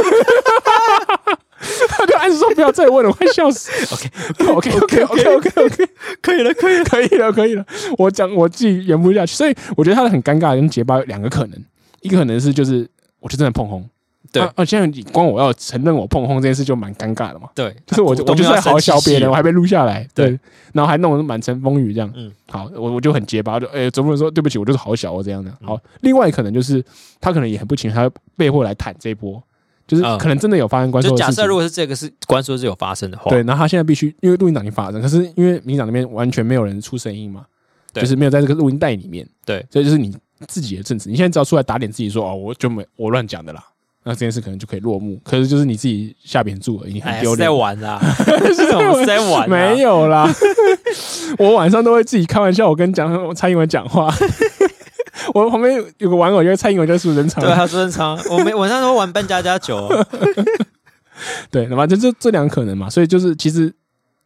S1: 他就暗示说不要再问了，我快笑死。OK OK OK OK OK，可以了，可以了，可以了，可以了。我讲我自己演不下去，所以我觉得他的很尴尬跟结巴有两个可能，一个可能是就是我就真的碰红，
S2: 对
S1: 啊，啊现在你光我要承认我碰红这件事就蛮尴尬的嘛。
S2: 对，
S1: 就是我就我
S2: 股东
S1: 就是在
S2: 要
S1: 好好笑
S2: 生气
S1: 别人，我还被录下来，
S2: 对
S1: 对，然后还弄得满城风雨这样。嗯
S2: 嗯，
S1: 好，我我就很结巴，就哎，总不能说对不起，我就是好小我这样的。
S2: 嗯
S1: 好，另外可能就是他可能也很不情，他被迫来坦这一波，就是
S2: 嗯
S1: 可能真的有发生关
S2: 就
S1: 说的
S2: 假
S1: 事情
S2: 设。如果是这个是官说是有发生的话，
S1: 对，，然后他现在必须因为录音档已经发生，可是因为民进党那边完全没有人出声音嘛，
S2: 对
S1: 就是没有在这个录音带里面，
S2: 对，
S1: 所以就是你自己的政治，你现在只要出来打脸自己说哦，我就没我乱讲的啦，那这件事可能就可以落幕。可是就是你自己下扁注而已，你很
S2: 哎，
S1: 丢
S2: 是
S1: 脸
S2: 在。玩 啦，这种是在玩啊，
S1: 没有啦， 我晚上都会自己开玩笑，我跟讲蔡英文讲 话。我旁边有个玩偶，就是蔡英文，就是苏贞昌。
S2: 对啊，朱正昌，我们晚上都玩扮家家酒啊，
S1: 对，那么就这这两个可能嘛，所以就是其实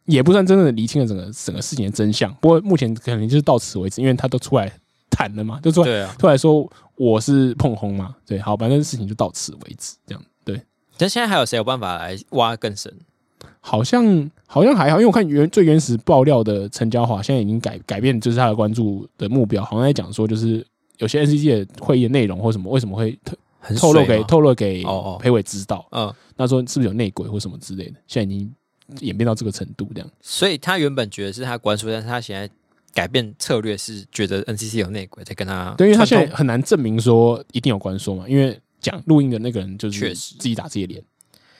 S1: 也不算真正的厘清了整个整个事情的真相。不过目前可能就是到此为止，因为他都出来谈了嘛，就出来
S2: 对啊，
S1: 出来说我是碰红嘛，对，好，反正事情就到此为止，这样对。
S2: 但现在还有谁有办法来挖更深？
S1: 好像好像还好，因为我看原最原始爆料的陈嘉华现在已经改改变，就是他的关注的目标，好像在讲说就是有些 NCG 的会议的内容或什么为什么会透
S2: 很
S1: 透露
S2: 水
S1: 给
S2: 吗
S1: 透露给
S2: 哦哦
S1: 裴伟知道，
S2: 嗯，
S1: 那说是不是有内鬼或什么之类的，现在已经演变到这个程度这样。
S2: 所以他原本觉得是他关注，但是他现在改变策略，是觉得 NCC 有内鬼在跟他
S1: 对，因为他现在
S2: 串通
S1: 很难证明说一定有关说嘛，因为讲录音的那个人就是
S2: 确实
S1: 自己打自己的脸，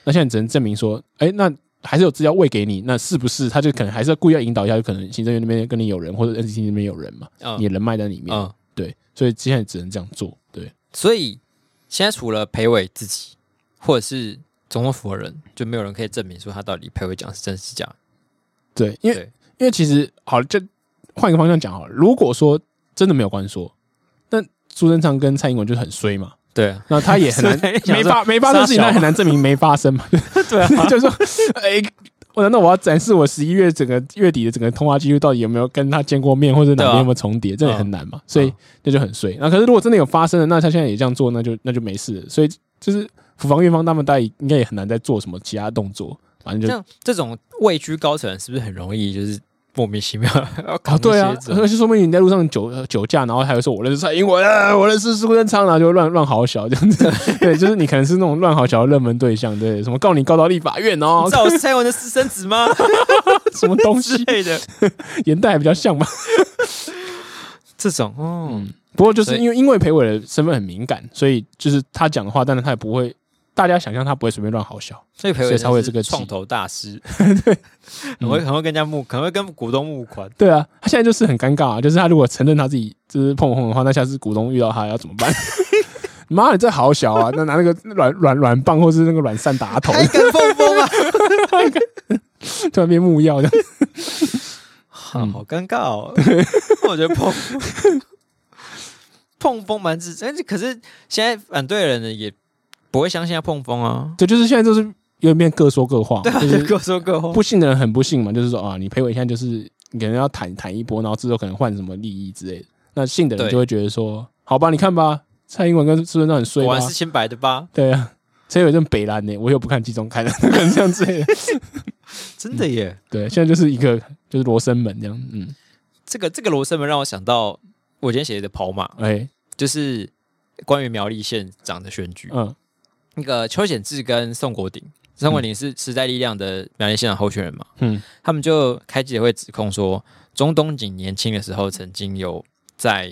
S1: 那现在只能证明说，哎、那还是有资料喂给你，那是不是他就可能还是要故意要引导一下，就可能行政院那边跟你有人，或者 NCC 那边有人嘛，
S2: 嗯
S1: 你的人脉在里面，
S2: 嗯，
S1: 对，所以现在只能这样做，对，
S2: 所以现在除了裴伟自己，或者是总统府的人，就没有人可以证明说他到底裴伟讲是真是假。
S1: 对，因为
S2: 对
S1: 因为其实好，就换一个方向讲好了，如果说真的没有关说，那苏贞昌跟蔡英文就是很衰嘛，
S2: 对啊，
S1: 那他也很难
S2: 所以想
S1: 没
S2: 说
S1: 发没发生事情，
S2: 傻小
S1: 那很难证明没发生嘛。 对啊， 就是说，哎、我难道我要展示我十一月整个月底的整个通话记录到底有没有跟他见过面，或者哪
S2: 对
S1: 边
S2: 啊
S1: 有没有重叠？这也很难嘛，所以
S2: 嗯
S1: 这就很衰。那可是如果真的有发生了，那他现在也这样做，那就那就没事了。所以就是府防院方他们大概应该也很难再做什么其他动作，反正就
S2: 像这种位居高层，是不是很容易就是莫名其妙要搞
S1: 啊，对啊
S2: 一，些这种
S1: 而且说不定你在路上酒酒驾，然后还会说我认识蔡英文，啊、我认识苏贞昌，然后就乱乱好小这样 子。对，就是你可能是那种乱好小的热门对象，对，什么告你告到立法院 哦
S2: 你，知道我是蔡英文的私生子吗？
S1: 什么 东
S2: 之
S1: 西，
S2: 类的，
S1: 年代还比较像吧。
S2: 这种，嗯，
S1: 不过就是
S2: 所以
S1: 因为因为裴伟的身份很敏感，所以就是他讲的话，但是他也不会。大家想象他不会随便乱好小，
S2: 所以裴伟
S1: 所以才会有这个
S2: 真的是创
S1: 气
S2: 投 大师，对，很会很会跟人家募，很会跟股东募款。
S1: 对啊，他现在就是很尴尬啊，就是他如果承认他自己就是碰碰的话，那下次股东遇到他要怎么办？ 妈，你这好小啊！那拿那个软软软棒或是那个软扇打他头，
S2: 跟风 风啊！
S1: 突然变木曜这样。嗯
S2: 好好尴尬 哦，我觉得碰 碰风蛮自，但是可是现在反对的人呢也不会相信他碰风啊，
S1: 对，就是现在就是有点变各说各话嘛，
S2: 对啊，
S1: 就
S2: 就是 各说各话。
S1: 不信的人很不信嘛，就是说啊，你陪我一下，就是你可能要谈谈一波，然后之后可能换什么利益之类的。那信的人
S2: 对
S1: 就会觉得说，好吧，你看吧，蔡英文跟苏贞昌很衰
S2: 果
S1: 吧
S2: 然，是清白的吧？
S1: 对啊，所以有一阵北蓝呢、我又不看集中看的，可能这样之类 的。
S2: 真
S1: 嗯
S2: 的耶！
S1: 对，现在就是一个就是罗生门这样，嗯，
S2: 这个这个罗生门让我想到我今天写的跑马，
S1: 哎、
S2: 就是关于苗栗县长的选举，
S1: 嗯，
S2: 那个邱显志跟宋国鼎，宋国鼎是时代力量的苗栗县长候选人嘛，
S1: 嗯，
S2: 他们就开记者会指控说，中东锦年轻的时候曾经有在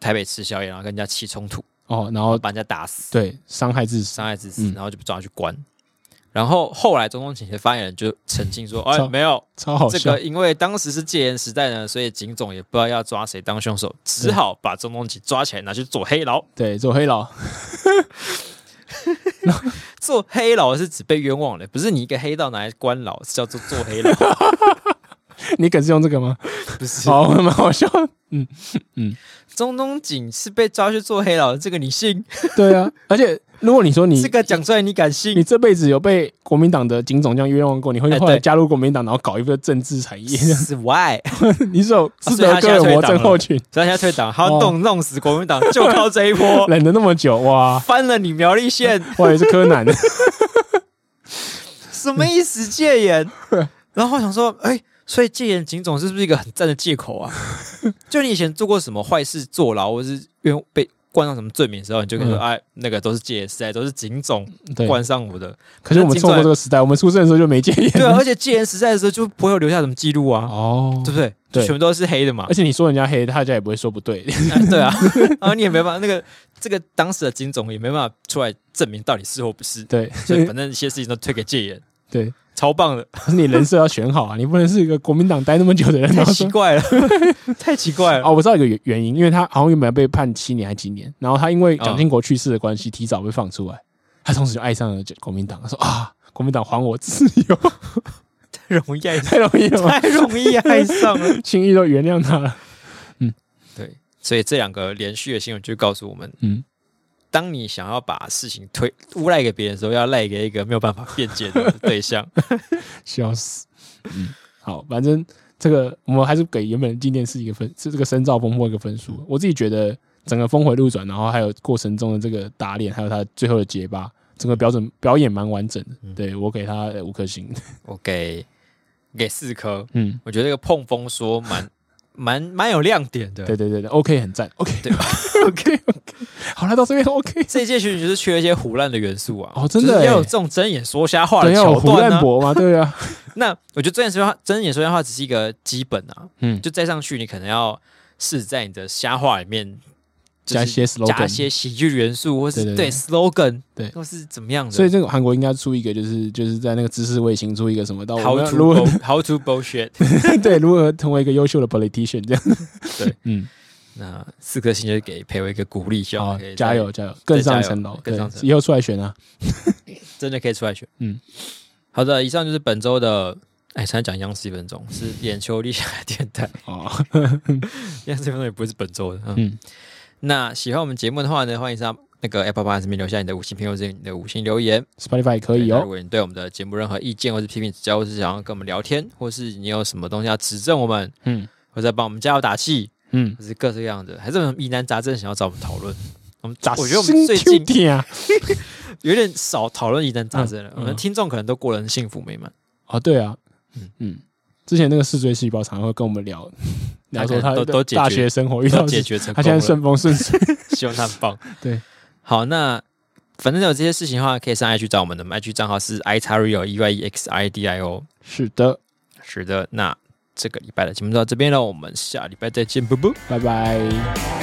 S2: 台北吃宵夜，然后跟人家起冲突，
S1: 哦，然后
S2: 把人家打死，
S1: 对伤害致死，
S2: 伤害致死
S1: 嗯，
S2: 然后就被抓去关。然后后来中东锦的发言人就澄清说，哎
S1: 操，
S2: 没有
S1: 嗯超好
S2: 这
S1: 笑
S2: 个，。因为当时是戒严时代呢，所以警总也不知道要抓谁当凶手，只好把中东锦抓起来拿去做黑牢。
S1: 对，做黑佬，
S2: 做黑牢是指被冤枉的，不是你一个黑道拿来关牢，是叫做做黑 牢，
S1: 你梗是用这个吗？
S2: 不是。
S1: 好，蛮好笑的。
S2: 中东锦是被抓去做黑牢的，这个你信？
S1: 对啊，而且如果你说你
S2: 这个讲出来你敢
S1: 你
S2: 信？
S1: 这辈子有被国民党的警总这样冤枉过？你会
S2: 哎
S1: 后来
S2: 对
S1: 加入国民党，然后搞一个政治产业？
S2: 死 why？
S1: 你是有斯德哥尔摩症候群，
S2: 所以他现在退党，他
S1: 哦
S2: 要动弄死国民党，就靠这 一波
S1: 忍了那么久，哇，
S2: 翻了你苗栗县，
S1: 我也是柯 南。
S2: 什么意思戒 严？然后我想说，哎、所以戒严警总是不是一个很赞的借口 啊？就你以前做过什么坏事坐牢，或是冤被冠上什么罪名的时候，你就跟说，
S1: 嗯
S2: 哎、那个都是戒严时代，都是警总
S1: 对，
S2: 冠上我的。
S1: 可是我们错过这个时代，我们出生的时候就没戒烟。
S2: 对啊，而且戒严时代的时候就不会有留下什么记录啊，
S1: 哦
S2: 对，不对？
S1: 对
S2: 全部都是 黑的嘛
S1: 而。且你说人家黑，大家也不会说不对。
S2: 哎对啊，然后你也没办法，那个这个当时的金总也没办法出来证明到底是或不是，
S1: 对，
S2: 所以反正一些事情都推给戒严，
S1: 对，
S2: 超棒的，
S1: 可是你人设要选好啊，你不能是一个国民党待那么久的人。
S2: 太
S1: 然后
S2: 奇
S1: 说
S2: 怪了， 太奇怪了。
S1: 哦，我知道一个原原因，因为他好像原本要被判七年还几年，然后他因为蒋经国去世的关系，提早被放出来，他从此就爱上了国民党。他说啊，国民党还我自由，
S2: 太容易爱上，
S1: 太容易了吧。
S2: 太容易爱上 了。
S1: 轻易都原谅他了。
S2: 对，所以这两个连续的新闻就告诉我们，
S1: 嗯，
S2: 当你想要把事情推诬赖给别人的时候，要赖给一个没有办法辩解的对 象。
S1: 笑死。嗯， 好，反正这个我们还是给原本的静电是一个分，是这个深造风波一个分数。我自己觉得整个峰回路转，然后还有过程中的这个打脸，还有他最后的结巴，整个标准表演蛮完整的。对我给他呃五颗星。
S2: 我给给四颗，
S1: 嗯，
S2: 我觉得这个碰风说蛮 蛮蛮有亮点的。
S1: 对对对对，OK 很赞，OK 对 OK OK，好 了，到这边 OK。
S2: 这一届选举就是缺一些胡乱的元素啊！
S1: 哦真的
S2: 就是要有
S1: 欸
S2: 这种睁眼说瞎话
S1: 对
S2: 的
S1: 啊，
S2: 桥
S1: 胡
S2: 段
S1: 乱
S2: 呢、
S1: 博嘛，对啊，
S2: 那我觉得睁眼说瞎睁眼说瞎话只是一个基本啊，
S1: 嗯，
S2: 就再上去你可能要试在你的瞎话里面就
S1: 加
S2: 是
S1: 一些 slogan，
S2: 加一些喜剧元素，或是
S1: 对对对
S2: slogan，
S1: 对
S2: 或是怎么样的。
S1: 所以这个韩国应该出一个，就是就是在那个知识卫星出一个什么，到 我
S2: how
S1: 们要
S2: to
S1: 如何
S2: bull- how to bullshit，
S1: 对如何成为一个优秀的 politician 这样。
S2: 对，
S1: 嗯，
S2: 那四颗星就是给裴伟一个鼓励，希望
S1: 好
S2: 可以，
S1: 加
S2: 再
S1: 油加油，更
S2: 加
S1: 上
S2: 油
S1: 一层楼，
S2: 更
S1: 对
S2: 上层楼
S1: 以后出来选啊。
S2: 真的可以出来选。
S1: 嗯，
S2: 好的，以上就是本周的。哎，才讲央视一分钟是眼球立下来电台，
S1: 哦，
S2: 央视一分钟也不是本周的。嗯，
S1: 嗯
S2: 那喜欢我们节目的话呢，欢迎上那个 Apple Podcast 里面留下你的五星评论，你的五星留言。
S1: ，Spotify 可
S2: 对
S1: 以
S2: 那如
S1: 哦。
S2: 果你对我们的节目任何意见或是批评指教，或是想要跟我们聊天，或是你有什么东西要指正我们，
S1: 嗯
S2: 或者帮我们加油打气，
S1: 嗯，
S2: 或是各式各样的，还是有什么疑难杂症想要找我们讨论。我们
S1: 咋？
S2: 我觉得我们最近
S1: 点啊？
S2: 有点少讨论疑难杂症了，
S1: 嗯
S2: 我们
S1: 嗯
S2: 听众可能都过得很幸福美满。
S1: 哦，对啊
S2: 嗯，
S1: 嗯，之前那个视锥细胞常常会跟我们聊聊说他
S2: 都都解决
S1: 大学生活遇到
S2: 都
S1: 的
S2: 解
S1: 事，
S2: 决成
S1: 他
S2: 功
S1: 现在
S2: 了，
S1: 顺风顺水。
S2: 希望他很棒。
S1: 对，
S2: 好，那反正有这些事情的话，可以上 IG 找我们的，我们 IG 账号是 i x r i o e y e x i d i o。
S1: 是的，
S2: 是的，那这个礼拜的节目到这边了，我们下礼拜再见，啵啵。
S1: 拜拜。